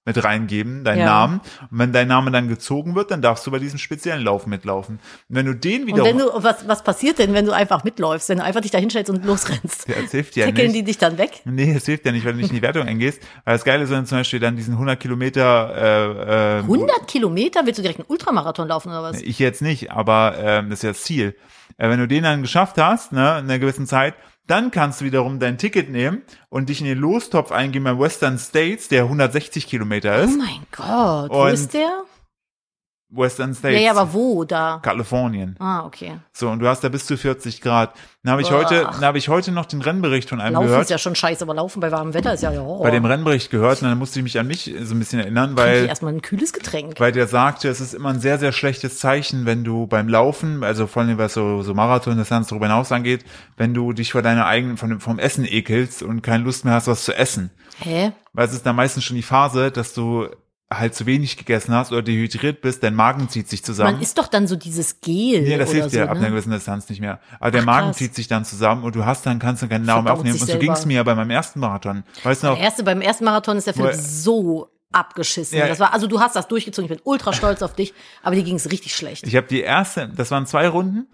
A: mit reingeben, deinen
B: Ja.
A: Namen. Und wenn dein Name dann gezogen wird, dann darfst du bei diesem speziellen Lauf mitlaufen. Und wenn du den
B: Und
A: wiederum,
B: wenn du, was, was passiert denn, wenn du einfach mitläufst, wenn du einfach dich da hinstellst und losrennst?
A: Ja, das hilft ja
B: Tackeln
A: nicht.
B: die dich dann weg?
A: Nee, es hilft ja nicht, wenn du nicht in die Wertung eingehst. Weil das Geile ist, wenn du zum Beispiel dann diesen 100 Kilometer, äh, äh,
B: 100 Kilometer? Willst du direkt einen Ultramarathon laufen oder was?
A: ich jetzt nicht, aber ähm, das ist ja das Ziel. Äh, wenn du den dann geschafft hast, ne, in einer gewissen Zeit, dann kannst du wiederum dein Ticket nehmen und dich in den Lostopf eingeben bei Western States, der 160 Kilometer
B: Oh
A: ist.
B: mein Gott, wo
A: Und-
B: ist der?
A: Western
B: Ja,
A: States,
B: ja, aber wo da?
A: Kalifornien.
B: Ah, okay.
A: So, und du hast da bis zu 40 Grad. Dann habe ich
B: Boah.
A: heute, dann habe ich heute noch den Rennbericht von einem
B: Laufen
A: gehört.
B: ist ja schon scheiße, aber laufen bei warmem Wetter ist ja der Horror.
A: bei dem Rennbericht gehört und dann musste ich mich an mich so ein bisschen erinnern,
B: Trink ich
A: weil
B: erstmal ein kühles Getränk.
A: weil der sagte, es ist immer ein sehr, sehr schlechtes Zeichen, wenn du beim Laufen, also vor allem was so, so Marathon, das Ganze darüber hinaus angeht, wenn du dich vor deiner eigenen, von, dem- vom Essen ekelst und keine Lust mehr hast, was zu essen.
B: Hä?
A: Weil es ist dann meistens schon die Phase, dass du halt zu wenig gegessen hast oder dehydriert bist, dein Magen zieht sich zusammen.
B: Man ist doch dann so dieses Gel.
A: Nee, das
B: oder
A: hilft
B: so,
A: dir ab einer
B: ne?
A: gewissen Distanz nicht mehr. Aber der Magen
B: krass.
A: zieht sich dann zusammen und du hast dann, kannst dann keinen Namen
B: Verdaut
A: aufnehmen.
B: sich
A: Und so
B: selber.
A: ging's mir ja bei meinem ersten Marathon. Weißt du
B: Der
A: noch,
B: erste, beim ersten Marathon ist der Philipp
A: Weil-
B: so abgeschissen.
A: Ja.
B: Das war, also du hast das durchgezogen, ich bin ultra stolz auf dich, aber dir ging es richtig schlecht.
A: ich habe die erste, das waren zwei Runden,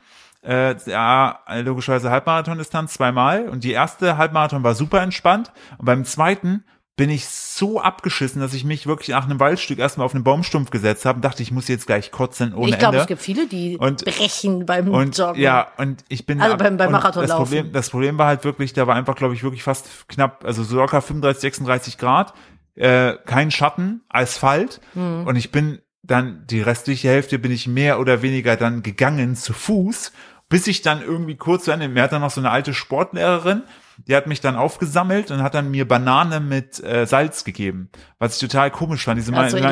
A: äh, ja, logischerweise Halbmarathon-Distanz zweimal. Und die erste Halbmarathon war super entspannt. Und beim zweiten bin ich so abgeschissen, dass ich mich wirklich nach einem Waldstück erstmal auf einen Baumstumpf gesetzt habe und dachte, ich muss jetzt gleich kotzen ohne
B: ich glaube,
A: Ende.
B: es gibt viele, die
A: Und-
B: brechen beim
A: Und
B: Mhm. Joggen.
A: ja, und ich bin
B: Also
A: ab-
B: beim- beim
A: und
B: Marathonlaufen.
A: Das Problem, das Problem war halt wirklich, da war einfach, glaube ich, wirklich fast knapp, also so locker 35, 36 Grad, äh, kein Schatten, Asphalt.
B: Mhm.
A: Und ich bin dann die restliche Hälfte bin ich mehr oder weniger dann gegangen zu Fuß, bis ich dann irgendwie kurz zu Ende, mir hat dann noch so eine alte Sportlehrerin, die hat mich dann aufgesammelt und hat dann mir Banane mit äh, Salz gegeben, was ich total komisch fand. Diese
B: Ja,
A: mein-
B: so
A: die mein-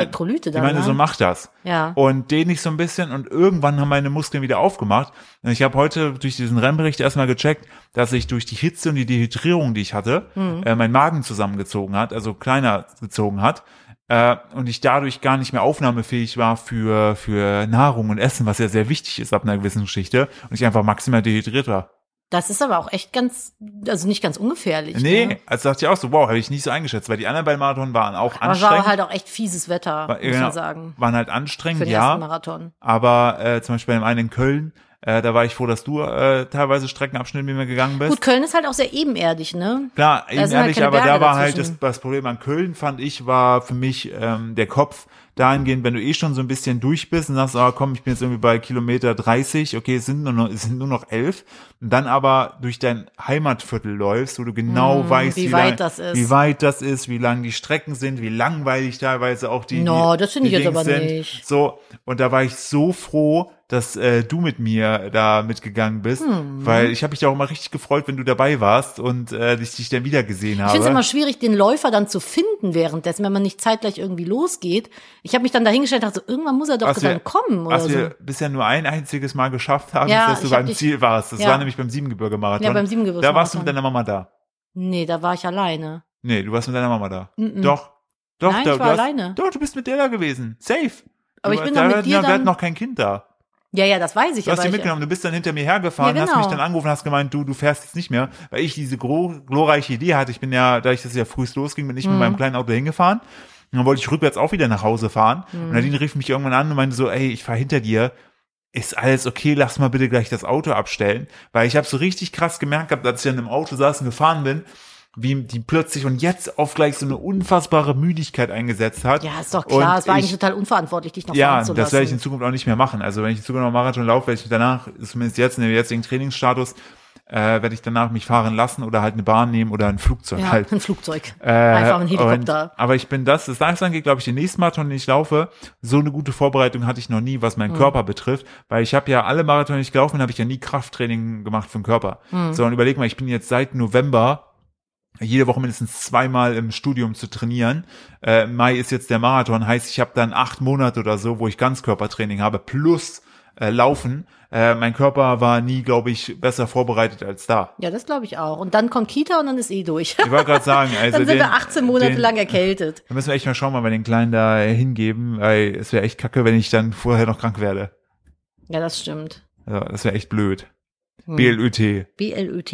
A: die
B: Elektrolyte dann,
A: meine
B: ne?
A: so mach das.
B: Ja.
A: Und den ich so ein bisschen und irgendwann haben meine Muskeln wieder aufgemacht. Und ich habe heute durch diesen Rennbericht erstmal gecheckt, dass ich durch die Hitze und die Dehydrierung, die ich hatte,
B: Mhm.
A: äh, mein Magen zusammengezogen hat, also kleiner gezogen hat. Äh, und ich dadurch gar nicht mehr aufnahmefähig war für, für Nahrung und Essen, was ja sehr wichtig ist ab einer gewissen Geschichte. Und ich einfach maximal dehydriert war.
B: Das ist aber auch echt ganz, also nicht ganz ungefährlich.
A: nee,
B: Ne?
A: also dachte ich auch so, wow, habe ich nicht so eingeschätzt, weil die anderen beiden Marathon waren auch
B: Aber es
A: anstrengend.
B: war halt auch echt fieses Wetter,
A: War-
B: muss
A: genau,
B: man sagen.
A: Waren halt
B: Für
A: anstrengend,
B: den
A: ja.
B: ersten Marathon.
A: Aber äh, zum Beispiel bei dem einen in Köln, äh, da war ich froh, dass du äh, teilweise Streckenabschnitte mit mir gegangen bist.
B: Gut, Köln ist halt auch sehr ebenerdig, ne?
A: Klar, eben
B: sind halt
A: ehrlich,
B: keine
A: aber da
B: Berge
A: war halt das,
B: dazwischen.
A: das Problem an Köln, fand ich, war für mich ähm, der Kopf dahingehend, wenn du eh schon so ein bisschen durch bist und sagst, ah komm, ich bin jetzt irgendwie bei Kilometer 30, okay, es sind nur noch, es sind nur noch elf, und dann aber durch dein Heimatviertel läufst, wo du genau weißt,
B: Hm, wie weit
A: lang,
B: das ist.
A: wie weit das ist, wie lang die Strecken sind, wie langweilig teilweise auch die,
B: No,
A: die
B: das finde ich
A: die
B: jetzt
A: Dings
B: aber
A: sind.
B: nicht.
A: So, und da war ich so froh, dass äh, du mit mir da mitgegangen bist,
B: Hm.
A: weil ich habe mich da auch immer richtig gefreut, wenn du dabei warst und äh, ich dich dann wieder gesehen
B: Ich
A: habe.
B: finde es immer schwierig, den Läufer dann zu finden währenddessen, wenn man nicht zeitgleich irgendwie losgeht. Ich habe mich dann dahingestellt und dachte, so, irgendwann muss er doch
A: was wir,
B: dann kommen oder
A: was
B: so.
A: wir bisher nur ein einziges Mal geschafft haben,
B: Ja,
A: ist, dass du
B: ich hab
A: beim
B: dich-
A: Ziel warst. Das
B: ja.
A: war nämlich beim Siebengebirge-Marathon.
B: Ja, beim Siebengebirge-Marathon.
A: Da warst du mit deiner Mama da.
B: Nee, da war ich alleine.
A: Nee, du warst mit deiner Mama da.
B: Mm-mm.
A: Doch. Doch,
B: Nein,
A: da,
B: ich war
A: du hast,
B: alleine.
A: Doch, du bist mit der da gewesen. Safe.
B: Aber
A: du,
B: ich bin
A: da wir
B: doch mit
A: hatten-
B: dir
A: Wir hatten
B: dann-
A: noch kein Kind da.
B: Ja, ja, das weiß ich.
A: Du hast
B: aber
A: dich
B: ich,
A: mitgenommen, du bist dann hinter mir hergefahren,
B: Ja,
A: hast
B: genau.
A: mich dann angerufen, hast gemeint, du, du fährst jetzt nicht mehr, weil ich diese gro- glorreiche Idee hatte. Ich bin ja, da ich das ja frühst losging, bin ich
B: Mhm.
A: mit meinem kleinen Auto hingefahren. Und dann wollte ich rückwärts auch wieder nach Hause fahren.
B: Mhm.
A: Und Nadine rief mich irgendwann an und meinte so, ey, ich fahr hinter dir. Ist alles okay, lass mal bitte gleich das Auto abstellen. Weil ich habe so richtig krass gemerkt gehabt, als ich dann im Auto saß und gefahren bin, wie die plötzlich und jetzt auf gleich so eine unfassbare Müdigkeit eingesetzt hat.
B: Ja, ist doch klar.
A: Und
B: es war eigentlich
A: ich-
B: total unverantwortlich, dich noch
A: ja,
B: fahren zu
A: das werde ich in
B: lassen.
A: Zukunft auch nicht mehr machen. Also wenn ich in Zukunft noch Marathon laufe, werde ich danach, zumindest jetzt in dem jetzigen Trainingsstatus, äh, werde ich danach mich fahren lassen oder halt eine Bahn nehmen oder ein Flugzeug
B: ja,
A: halt.
B: ein Flugzeug.
A: Äh,
B: Einfach ein Helikopter.
A: Und, aber ich bin das, das Tages angeht, glaube ich, den nächsten Marathon, den ich laufe, so eine gute Vorbereitung hatte ich noch nie, was meinen
B: Mhm.
A: Körper betrifft, weil ich habe ja alle Marathon, die ich gelaufen bin, habe ich ja nie Krafttraining gemacht für den Körper.
B: Mhm.
A: So, und überleg mal, ich bin jetzt seit November jede Woche mindestens zweimal im Studium zu trainieren. Äh, im Mai ist jetzt der Marathon, heißt, ich habe dann acht Monate oder so, wo ich Ganzkörpertraining habe, plus äh, Laufen. Äh, mein Körper war nie, glaube ich, besser vorbereitet als da.
B: ja, das glaube ich auch. Und dann kommt Kita und dann ist eh durch. (laughs)
A: Ich wollte gerade sagen, also
B: dann sind
A: den,
B: wir 18 Monate
A: den,
B: lang erkältet.
A: Da müssen wir echt mal schauen, wann wir den Kleinen da hingeben, weil es wäre echt kacke, wenn ich dann vorher noch krank werde.
B: Ja, das stimmt.
A: Also, das wäre echt blöd. BLÜT.
B: Hm. BLÖT.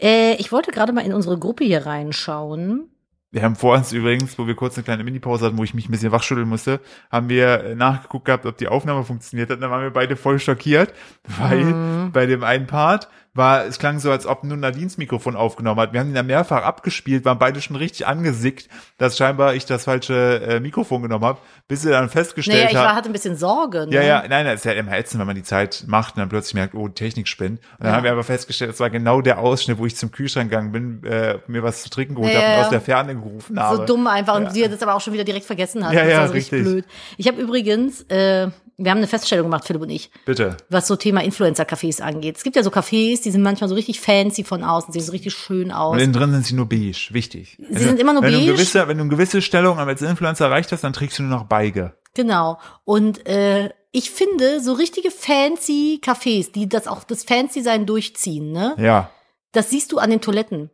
B: Äh, ich wollte gerade mal in unsere Gruppe hier reinschauen.
A: Wir haben vor uns übrigens, wo wir kurz eine kleine Minipause hatten, wo ich mich ein bisschen wachschütteln musste, haben wir äh, nachgeguckt gehabt, ob die Aufnahme funktioniert hat. Und dann waren wir beide voll schockiert, weil
B: Hm.
A: bei dem einen Part war, es klang so, als ob nun Nadines Mikrofon aufgenommen hat. Wir haben ihn dann mehrfach abgespielt, waren beide schon richtig angesickt, dass scheinbar ich das falsche äh, Mikrofon genommen habe, bis wir dann
B: Naja,
A: festgestellt
B: ich war,
A: haben.
B: hatte ein bisschen Sorge. Ne?
A: Ja, ja, nein, nein, es ist ja immer ätzend, wenn man die Zeit macht und dann plötzlich merkt, oh, die Technik spinnt. Und dann haben wir aber festgestellt, es war genau der Ausschnitt, wo ich zum Kühlschrank gegangen bin, äh, mir was zu trinken geholt
B: Ja,
A: habe
B: ja.
A: und aus der Ferne gerufen habe.
B: So dumm einfach und sie hat das aber auch schon wieder direkt vergessen hat.
A: Ja,
B: das ist
A: ja,
B: also richtig,
A: richtig.
B: blöd. Ich habe übrigens, äh, wir haben eine Feststellung gemacht, Philipp und ich,
A: Bitte.
B: was so Thema Influencer-Cafés angeht. Es gibt ja so Cafés, die sind manchmal so richtig fancy von außen, sehen so richtig schön aus.
A: Und innen drin sind sie nur beige, wichtig. Sie
B: sind immer nur
A: wenn Du
B: beige?
A: eine gewisse, wenn du eine gewisse Stellung als Influencer erreicht hast, dann trägst du nur noch Beige.
B: Genau. Und äh, ich finde, so richtige fancy Cafés, die das auch das Fancy-Sein durchziehen, ne?
A: Ja.
B: Das siehst du an den Toiletten,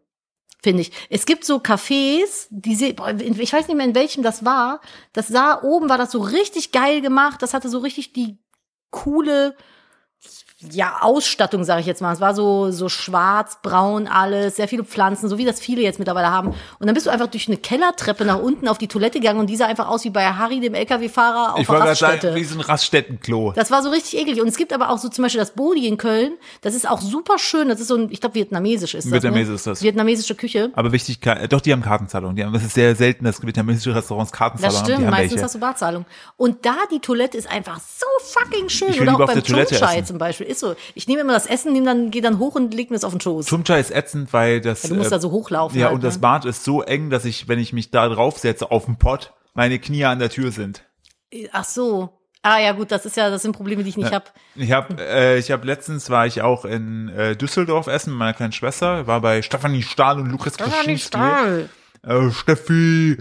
B: finde ich. Es gibt so Cafés, die se- boah, in- ich weiß nicht mehr in welchem das war. Das sah oben war das so richtig geil gemacht. Das hatte so richtig die coole ja Ausstattung, sage ich jetzt mal. Es war so so schwarz, braun alles, sehr viele Pflanzen, so wie das viele jetzt mittlerweile haben. Und dann bist du einfach durch eine Kellertreppe nach unten auf die Toilette gegangen und die sah einfach aus wie bei Harry dem LKW-Fahrer auf
A: ich
B: der
A: wollte gerade
B: Raststätte.
A: sagen, wie so ein Raststättenklo.
B: Das war so richtig eklig. Und es gibt aber auch so zum Beispiel das Bodi in Köln. Das ist auch super schön. Das ist so ein, ich glaube, vietnamesisch ist das.
A: Vietnamesisch
B: ne?
A: ist das.
B: Vietnamesische Küche.
A: Aber wichtig, äh, doch, die haben Kartenzahlung. Die haben, das ist sehr selten, dass vietnamesische Restaurants
B: Das
A: Kartenzahlung haben. Die
B: stimmt,
A: haben
B: meistens
A: welche.
B: hast du Barzahlung. Und da die Toilette ist einfach so fucking schön.
A: Ich will
B: Oder
A: lieber
B: auch
A: auf
B: beim
A: der Toilette
B: Chomchai
A: essen.
B: zum Beispiel. Ist so. Ich nehme immer das Essen, nehme dann, gehe dann hoch und leg mir es auf den Schoß.
A: Chumcha ist ätzend, weil das. äh,
B: du musst da so hochlaufen
A: Ja,
B: halt,
A: und das
B: ne?
A: Bad ist so eng, dass ich, wenn ich mich da draufsetze auf den Pott, meine Knie an der Tür sind.
B: Äh, Ach so. Ah ja, gut, das ist ja, das sind Probleme, die ich nicht hab.
A: Ich habe äh, ich hab letztens war ich auch in äh, Düsseldorf essen mit meiner kleinen Schwester, war bei Stefanie Stahl und Lukas Krasinski. Äh, Steffi.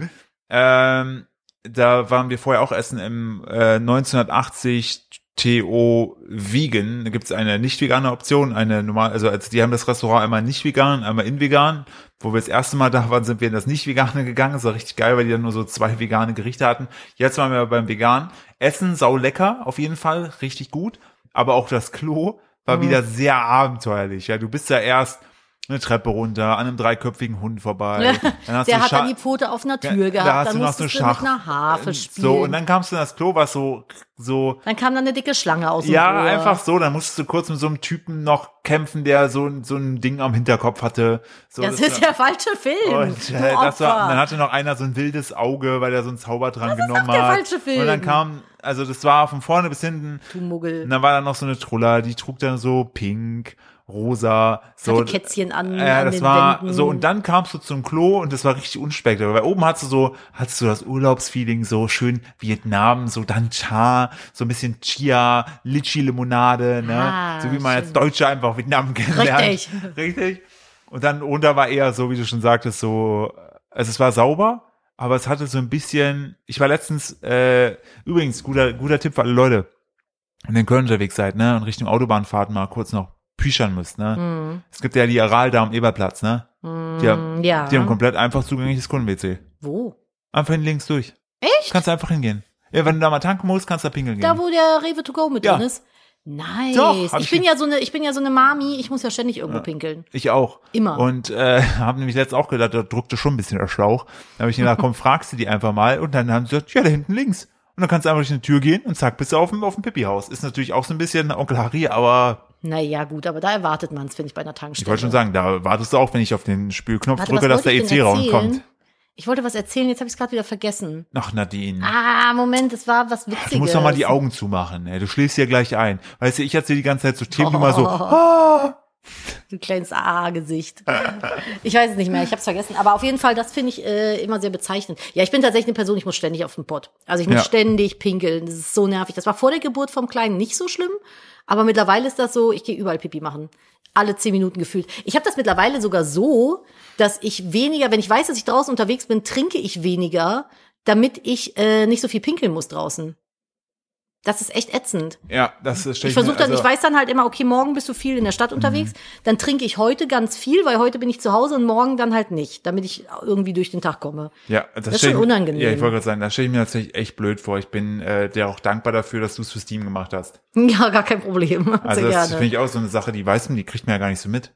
A: Ähm, da waren wir vorher auch essen im äh, 1980 TO Vegan. Da gibt's eine nicht vegane Option, eine normal, also als die haben das Restaurant einmal nicht vegan, einmal in vegan. Wo wir das erste Mal da waren, sind wir in das nicht vegane gegangen. Das war richtig geil, weil die dann nur so zwei vegane Gerichte hatten. Jetzt waren wir beim vegan. Essen sau lecker, auf jeden Fall, richtig gut. Aber auch das Klo war wieder sehr abenteuerlich. Ja, du bist ja erst eine Treppe runter, an einem dreiköpfigen Hund vorbei. (laughs) Dann hast
B: Der
A: du
B: hat
A: Scha-
B: dann die Pfote auf einer Tür
A: ja,
B: gehabt.
A: Da hast
B: dann
A: du noch so
B: musstest du
A: Schach.
B: mit einer Harfe
A: äh,
B: spielen.
A: So, und dann kamst du in das Klo, was so, so,
B: Dann kam dann eine dicke Schlange aus dem
A: ja,
B: Rohr.
A: einfach so, dann musstest du kurz mit so einem Typen noch kämpfen, der so, ein- so ein Ding am Hinterkopf hatte. So,
B: Das ist der falsche Film.
A: und
B: du
A: äh, das war,
B: Opfer.
A: dann hatte noch einer so ein wildes Auge, weil er so einen Zauber dran genommen
B: der
A: hat.
B: falsche Film.
A: Und dann kam, also das war von vorne bis hinten.
B: Du Muggel.
A: Und dann war da noch so eine Trulla, die trug dann so pink, rosa, so.
B: Hatte Kätzchen an-
A: Ja,
B: an
A: das
B: den
A: war
B: Wänden.
A: so. Und dann kamst du zum Klo und das war richtig unspektakulär. Weil oben hattest du so, hattest du das Urlaubsfeeling, so schön Vietnam, so dann Cha, so ein bisschen Chia, Litschi-Limonade, ne?
B: Ah,
A: so wie man als
B: schön.
A: Deutsche einfach Vietnam kennenlernt.
B: Richtig.
A: (laughs) Richtig. Und dann runter war eher so, wie du schon sagtest, so, also es war sauber, aber es hatte so ein bisschen, ich war letztens, äh, übrigens, guter, guter Tipp für alle Leute, wenn ihr in Köln unterwegs seid, ne, und Richtung Autobahnfahrt mal kurz noch püschern müsst,
B: Mhm.
A: ne.
B: Mm,
A: Es gibt ja die Aral da am Eberplatz, ne. Die, haben,
B: ja.
A: die haben komplett einfach zugängliches Kunden-WC.
B: Wo?
A: Einfach hin links durch.
B: Echt?
A: Kannst du einfach hingehen. Ja, wenn du da mal tanken musst, kannst du da pinkeln
B: Da,
A: gehen.
B: wo der Rewe to go mit
A: Ja.
B: drin ist? Nice.
A: Doch, hab
B: ich
A: ich
B: bin
A: ge-
B: ja so eine, ich bin ja so eine Mami, ich muss ja ständig irgendwo pinkeln.
A: Ich auch.
B: Immer.
A: Und äh, (laughs) habe nämlich letztens auch gedacht, da druckte schon ein bisschen der Schlauch. Da habe ich gedacht, komm, fragst du die einfach mal. Und dann haben sie gesagt, ja, da hinten links. Und dann kannst du einfach durch eine Tür gehen und zack, bist du auf dem, auf dem Pipi-Haus. Ist natürlich auch so ein bisschen Onkel Harry, aber
B: Naja, gut, aber da erwartet man es, finde ich, bei einer Tankstelle.
A: ich wollte schon sagen, da wartest du auch, wenn ich auf den Spülknopf
B: Also. Warte,
A: drücke,
B: was
A: dass E der
B: wollte ich denn
A: EC-Raum
B: erzählen?
A: kommt.
B: Ich wollte was erzählen, jetzt habe ich es gerade wieder vergessen.
A: Ach, Nadine.
B: Ah, Moment, das war was Witziges.
A: Du musst doch mal die Augen zumachen, ey. Du schläfst hier gleich ein. Weißt du, ich erzähle die ganze Zeit so Themen, du mal so,
B: Oh. Ein kleines AA-Gesicht. Ich weiß es nicht mehr, ich habe es vergessen. Aber auf jeden Fall, das finde ich äh, immer sehr bezeichnend. Ja, ich bin tatsächlich eine Person, ich muss ständig auf den Pott. Also ich muss
A: Ja.
B: ständig pinkeln. Das ist so nervig. Das war vor der Geburt vom Kleinen nicht so schlimm. Aber mittlerweile ist das so, ich gehe überall Pipi machen. Alle zehn Minuten gefühlt. Ich habe das mittlerweile sogar so, dass ich weniger, wenn ich weiß, dass ich draußen unterwegs bin, trinke ich weniger, damit ich äh, nicht so viel pinkeln muss draußen. Das ist echt ätzend.
A: ja, das ist
B: Ich versuche
A: also
B: dann, ich weiß dann halt immer, okay, morgen bist du viel in der Stadt unterwegs,
A: Mhm.
B: dann trinke ich heute ganz viel, weil heute bin ich zu Hause und morgen dann halt nicht, damit ich irgendwie durch den Tag komme. (laughs)
A: Ja, das,
B: ist
A: stell ich
B: schon
A: mir-
B: unangenehm.
A: Ja, ich wollte gerade sagen, das stelle ich mir tatsächlich echt blöd vor. Ich bin äh, dir auch dankbar dafür, dass du es für Steam gemacht hast.
B: Ja, gar kein Problem. (laughs)
A: Also
B: Sehr
A: das
B: gerne.
A: finde ich auch so eine Sache, die weiß man, die kriegt man ja gar nicht so mit.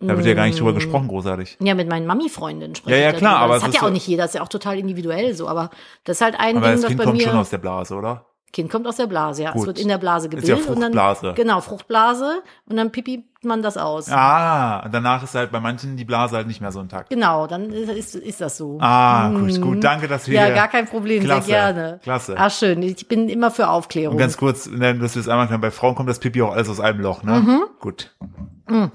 A: Da wird ja gar nicht
B: Mm.
A: drüber gesprochen, großartig.
B: Ja, mit meinen Mami-Freundinnen spreche
A: Ja, ja,
B: ich
A: klar,
B: darüber.
A: aber
B: das
A: es
B: hat
A: ist
B: ja auch
A: so-
B: nicht jeder, das ist ja auch total individuell so, aber das ist halt ein
A: Aber
B: Ding,
A: das
B: das
A: Kind
B: bei
A: kommt
B: mir
A: schon aus der Blase, oder?
B: Kind kommt aus der Blase, ja,
A: Gut.
B: es wird in der Blase
A: Ist ja
B: gebildet und dann
A: Fruchtblase.
B: genau, Fruchtblase und dann pipi man das aus.
A: Ah, danach ist halt bei manchen die Blase halt nicht mehr so intakt.
B: Genau, dann ist, ist das so. Mhm.
A: Ah, gut, gut. Danke, dass wir
B: ja,
A: hier-
B: gar kein Problem,
A: Klasse,
B: sehr gerne.
A: klasse.
B: Ach schön, ich bin immer für Aufklärung.
A: Und ganz kurz, ne, dass wir es einmal klären, bei Frauen kommt das Pipi auch alles aus einem Loch, ne?
B: Mhm.
A: Gut. (laughs)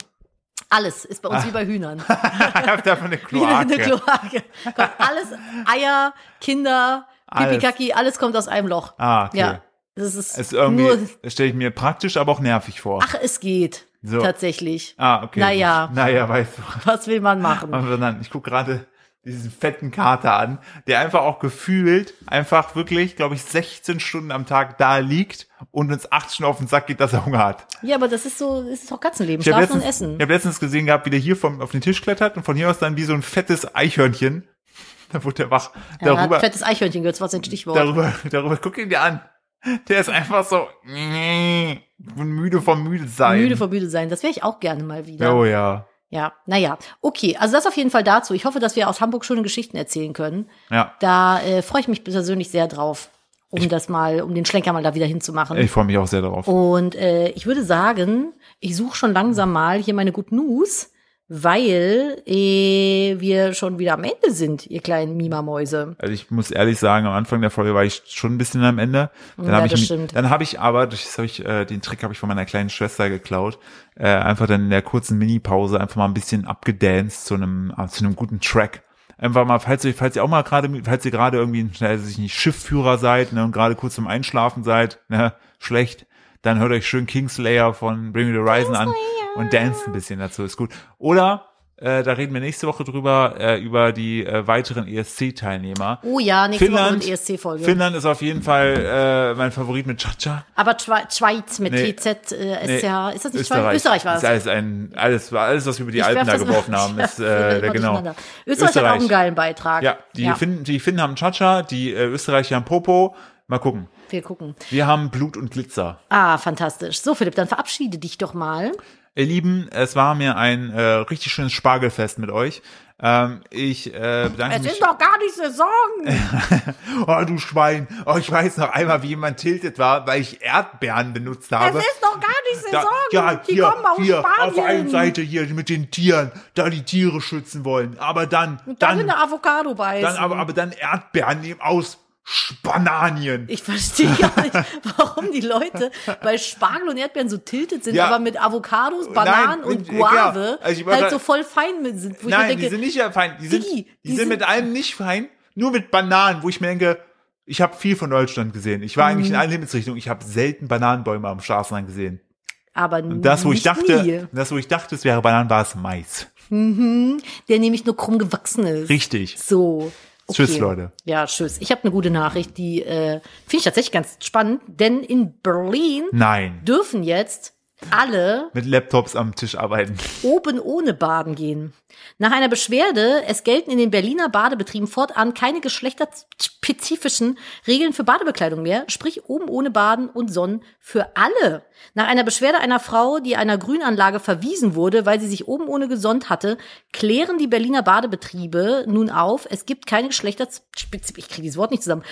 B: alles ist bei uns wie bei Hühnern.
A: Ich hab davon eine
B: Wie eine, eine
A: Ah. Kloake.
B: Kloake. Kommt alles, Eier, Kinder,
A: Alles.
B: Pipi-Kaki, alles kommt aus einem Loch.
A: Ah, okay.
B: Ja, das ist,
A: Ist irgendwie,
B: nur,
A: stelle ich mir praktisch, aber auch nervig vor.
B: ach, es geht,
A: So.
B: tatsächlich.
A: ah, okay. Ah.
B: Naja.
A: Naja, weißt du. (laughs)
B: Was will man machen?
A: Aber nein, ich gucke gerade diesen fetten Kater an, der einfach auch gefühlt einfach wirklich, glaube ich, 16 Stunden am Tag da liegt und uns acht Stunden auf den Sack geht, dass er Hunger hat.
B: Ja, aber das ist so, das ist doch Katzenleben,
A: Ich habe
B: schlafen und
A: letztens,
B: essen.
A: ich hab letztens gesehen gehabt, wie der hier vom, auf den Tisch klettert und von hier aus dann wie so ein fettes Eichhörnchen. (laughs) Da wurde er wach.
B: Ja, hat
A: darüber,
B: fettes Eichhörnchen gehört, das war sein Stichwort.
A: darüber, darüber, guck ihn dir an. Der ist einfach so (laughs) müde vom müde sein.
B: Müde verbüde sein, das wäre ich auch gerne mal wieder.
A: Oh ja.
B: Ja, naja. Okay, also das auf jeden Fall dazu. Ich hoffe, dass wir aus Hamburg schöne Geschichten erzählen können.
A: Ja.
B: Da äh, freue ich mich persönlich sehr drauf, um das mal, um den Schlenker mal da wieder hinzumachen.
A: Ich freue mich auch sehr darauf.
B: Und äh, ich würde sagen, ich suche schon langsam mal hier meine Good News, weil äh, wir schon wieder am Ende sind, ihr kleinen Mima-Mäuse.
A: Also ich muss ehrlich sagen, am Anfang der Folge war ich schon ein bisschen am Ende. Dann
B: Ja,
A: habe ich,
B: das
A: mich-
B: stimmt.
A: dann habe ich aber, durch- das habe ich, äh, den Trick habe ich von meiner kleinen Schwester geklaut, äh, einfach dann in der kurzen Mini-Pause einfach mal ein bisschen abgedanced zu einem, äh, zu einem guten Track. Einfach mal, falls ihr, falls ihr auch mal gerade, falls ihr gerade irgendwie, also sich nicht Schiffführer seid, ne, und gerade kurz zum Einschlafen seid, ne, schlecht, dann hört euch schön Kingslayer von Bring Me the Horizon an und dance ein bisschen dazu, ist gut. Oder, äh, da reden wir nächste Woche drüber, äh, über die äh, weiteren ESC-Teilnehmer.
B: Oh ja, nächste Woche mit ESC-Folge.
A: Finnland ist auf jeden Fall äh, mein Favorit mit Chacha.
B: Aber Schwe- Schweiz mit
A: Nee.
B: TZ, äh,
A: Nee,
B: SCH, ist das nicht Schweiz? Österreich war
A: das.
B: das.
A: Ist alles, ein, alles, war alles, was wir über die
B: Ich
A: Alpen
B: werf
A: da
B: das immer-
A: geworfen haben,
B: (laughs) ich
A: ist
B: werf das
A: äh,
B: immer
A: der, genau.
B: durcheinander. Österreich, hat auch einen geilen Beitrag.
A: Ja, die, Finnen, die Finnen haben Chacha, die äh, Österreicher haben Popo. Mal gucken.
B: wir gucken.
A: Wir haben Blut und Glitzer.
B: Ah, fantastisch. So, Philipp, dann verabschiede dich doch mal.
A: Ihr Lieben, es war mir ein äh, richtig schönes Spargelfest mit euch. Ähm, ich äh, bedanke
B: Es
A: mich.
B: ist doch gar nicht Saison.
A: Oh, du Schwein. Oh, ich weiß noch einmal, wie jemand tiltet war, weil ich Erdbeeren benutzt habe.
B: Es ist doch gar nicht Saison.
A: Da, ja,
B: die
A: hier,
B: kommen aus
A: hier,
B: Spanien.
A: auf der einen Seite hier mit den Tieren, da die Tiere schützen wollen. Aber dann,
B: Dann,
A: dann,
B: eine Avocado beißen.
A: dann aber, aber dann Erdbeeren nehmen aus Spananien.
B: ich verstehe
A: (laughs)
B: gar nicht, warum die Leute bei Spargel und Erdbeeren so tiltet sind,
A: Ja.
B: aber mit Avocados, Bananen
A: Nein,
B: und
A: mit- ja,
B: Guave
A: also ich wollte
B: halt
A: sagen-
B: so voll fein mit sind. Wo
A: Nein,
B: ich mir
A: die sind
B: denke,
A: nicht ja fein. Die sind,
B: Digi,
A: die
B: die
A: sind
B: sind-
A: mit allem nicht fein, nur mit Bananen, wo ich mir denke, ich habe viel von Deutschland gesehen. Ich war eigentlich in
B: Mhm.
A: allen Himmelsrichtungen. Ich habe selten Bananenbäume am Straßenrand gesehen.
B: aber
A: Und das, wo ich
B: nicht Mhm, nie.
A: dachte, das, wo ich dachte, es wäre Bananen, war es Mais.
B: der nämlich nur krumm gewachsen ist.
A: Richtig.
B: So.
A: Tschüss, Leute.
B: Ja, tschüss. Ich habe eine gute Nachricht, die äh, finde ich tatsächlich ganz spannend, denn in Berlin
A: Nein.
B: dürfen jetzt alle
A: Mit Laptops am Tisch arbeiten.
B: oben ohne baden gehen. Nach einer Beschwerde, es gelten in den Berliner Badebetrieben fortan keine geschlechterspezifischen Regeln für Badebekleidung mehr, sprich oben ohne Baden und Sonnen für alle. Nach einer Beschwerde einer Frau, die einer Grünanlage verwiesen wurde, weil sie sich oben ohne gesonnt hatte, klären die Berliner Badebetriebe nun auf, es gibt keine geschlechterspezifischen, ich kriege dieses Wort nicht zusammen,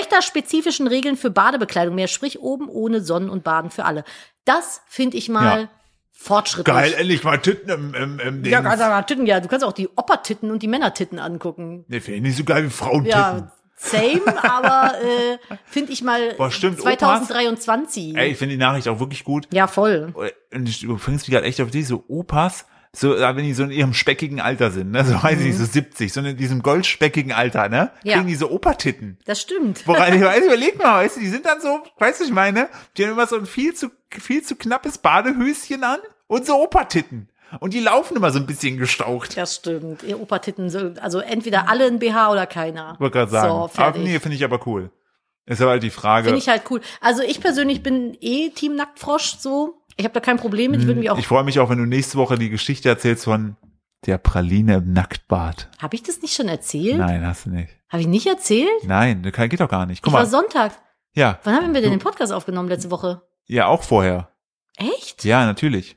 B: geschlechterspezifischen Regeln für Badebekleidung mehr, sprich oben ohne Sonnen und Baden für alle. Das finde ich mal
A: Ja.
B: fortschrittlich.
A: Geil, endlich mal Titten im, im, im Ding.
B: Ja, also kannst aber Titten, ja, du kannst auch die Opertitten und die Männertitten angucken.
A: Nee, finde ich nicht so geil wie Frauentitten.
B: Ja, same,
A: (laughs)
B: aber äh, finde ich mal
A: Boah, stimmt,
B: 2023.
A: Ey, ich finde die Nachricht auch wirklich gut.
B: Ja, voll.
A: Und ich bringst mich gerade echt auf die, so Opas, so, äh, wenn die so in ihrem speckigen Alter sind, ne, so weiß ich nicht, so 70, so in diesem goldspeckigen Alter, ne,
B: Mhm. Ja.
A: kriegen die so Opertitten.
B: Das stimmt.
A: Woran ich weiß, überleg mal, weißt du, die sind dann so, weißt du, ich meine, die haben immer so ein viel zu, viel zu knappes Badehöschen an und so Opertitten. Und die laufen immer so ein bisschen gestaucht.
B: Das stimmt. Ihr Opertitten, so- also entweder alle ein BH oder keiner.
A: Wollte gerade sagen.
B: So,
A: aber
B: fertig.
A: nee, finde ich aber cool. Ist aber halt die Frage.
B: Finde ich halt cool. Also ich persönlich bin eh Team Nacktfrosch, so. Ich habe da kein Problem mit. Ich würde mich auch.
A: Hm, Ich freue mich auch, wenn du nächste Woche die Geschichte erzählst von der Praline im Nacktbad.
B: Habe ich das nicht schon erzählt?
A: Nein, hast du nicht.
B: Habe ich nicht erzählt?
A: Nein, das kann- geht doch gar nicht. Guck
B: Ich war
A: mal.
B: Sonntag.
A: Ja,
B: Wann haben wir denn
A: Du-
B: den Podcast aufgenommen letzte Woche?
A: ja, auch vorher.
B: Echt?
A: Ja, natürlich.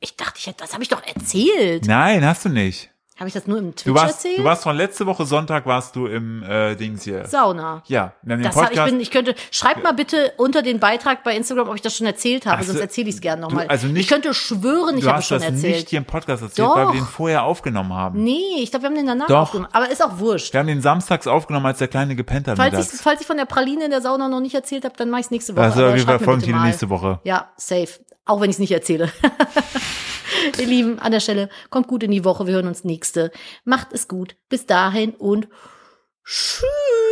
B: Ich dachte, ich hätte, das habe ich doch erzählt.
A: Nein, hast du nicht.
B: Habe ich das nur im Twitch
A: Du warst,
B: erzählt?
A: du warst von letzte Woche Sonntag warst du im äh, Dings hier.
B: Sauna.
A: Ja, wir haben den
B: Das hat, ich,
A: Podcast.
B: bin, ich könnte, schreibt mal bitte unter den Beitrag bei Instagram, ob ich das schon erzählt habe,
A: Ach so,
B: sonst erzähle ich es gerne nochmal.
A: du- also nicht-
B: ich könnte schwören, ich
A: du
B: habe es
A: hast
B: schon
A: das
B: erzählt.
A: nicht hier im Podcast erzählt, weil wir
B: Doch.
A: den vorher aufgenommen haben.
B: Nee, ich glaube, wir haben den danach
A: Doch.
B: aufgenommen. Aber ist auch wurscht.
A: Wir haben den samstags aufgenommen, als der kleine gepennt hat
B: falls, ich,
A: mittags.
B: falls ich von der Praline in der Sauna noch nicht erzählt habe, dann mache ich es nächste Woche.
A: Also
B: Aber
A: wir
B: schreibt mir
A: verfolgen
B: bitte
A: die
B: mal.
A: nächste Woche.
B: Ja, safe. Auch wenn ich es nicht erzähle. (laughs) Ihr Lieben, an der Stelle, kommt gut in die Woche. Wir hören uns nächste. Macht es gut. Bis dahin und tschüss.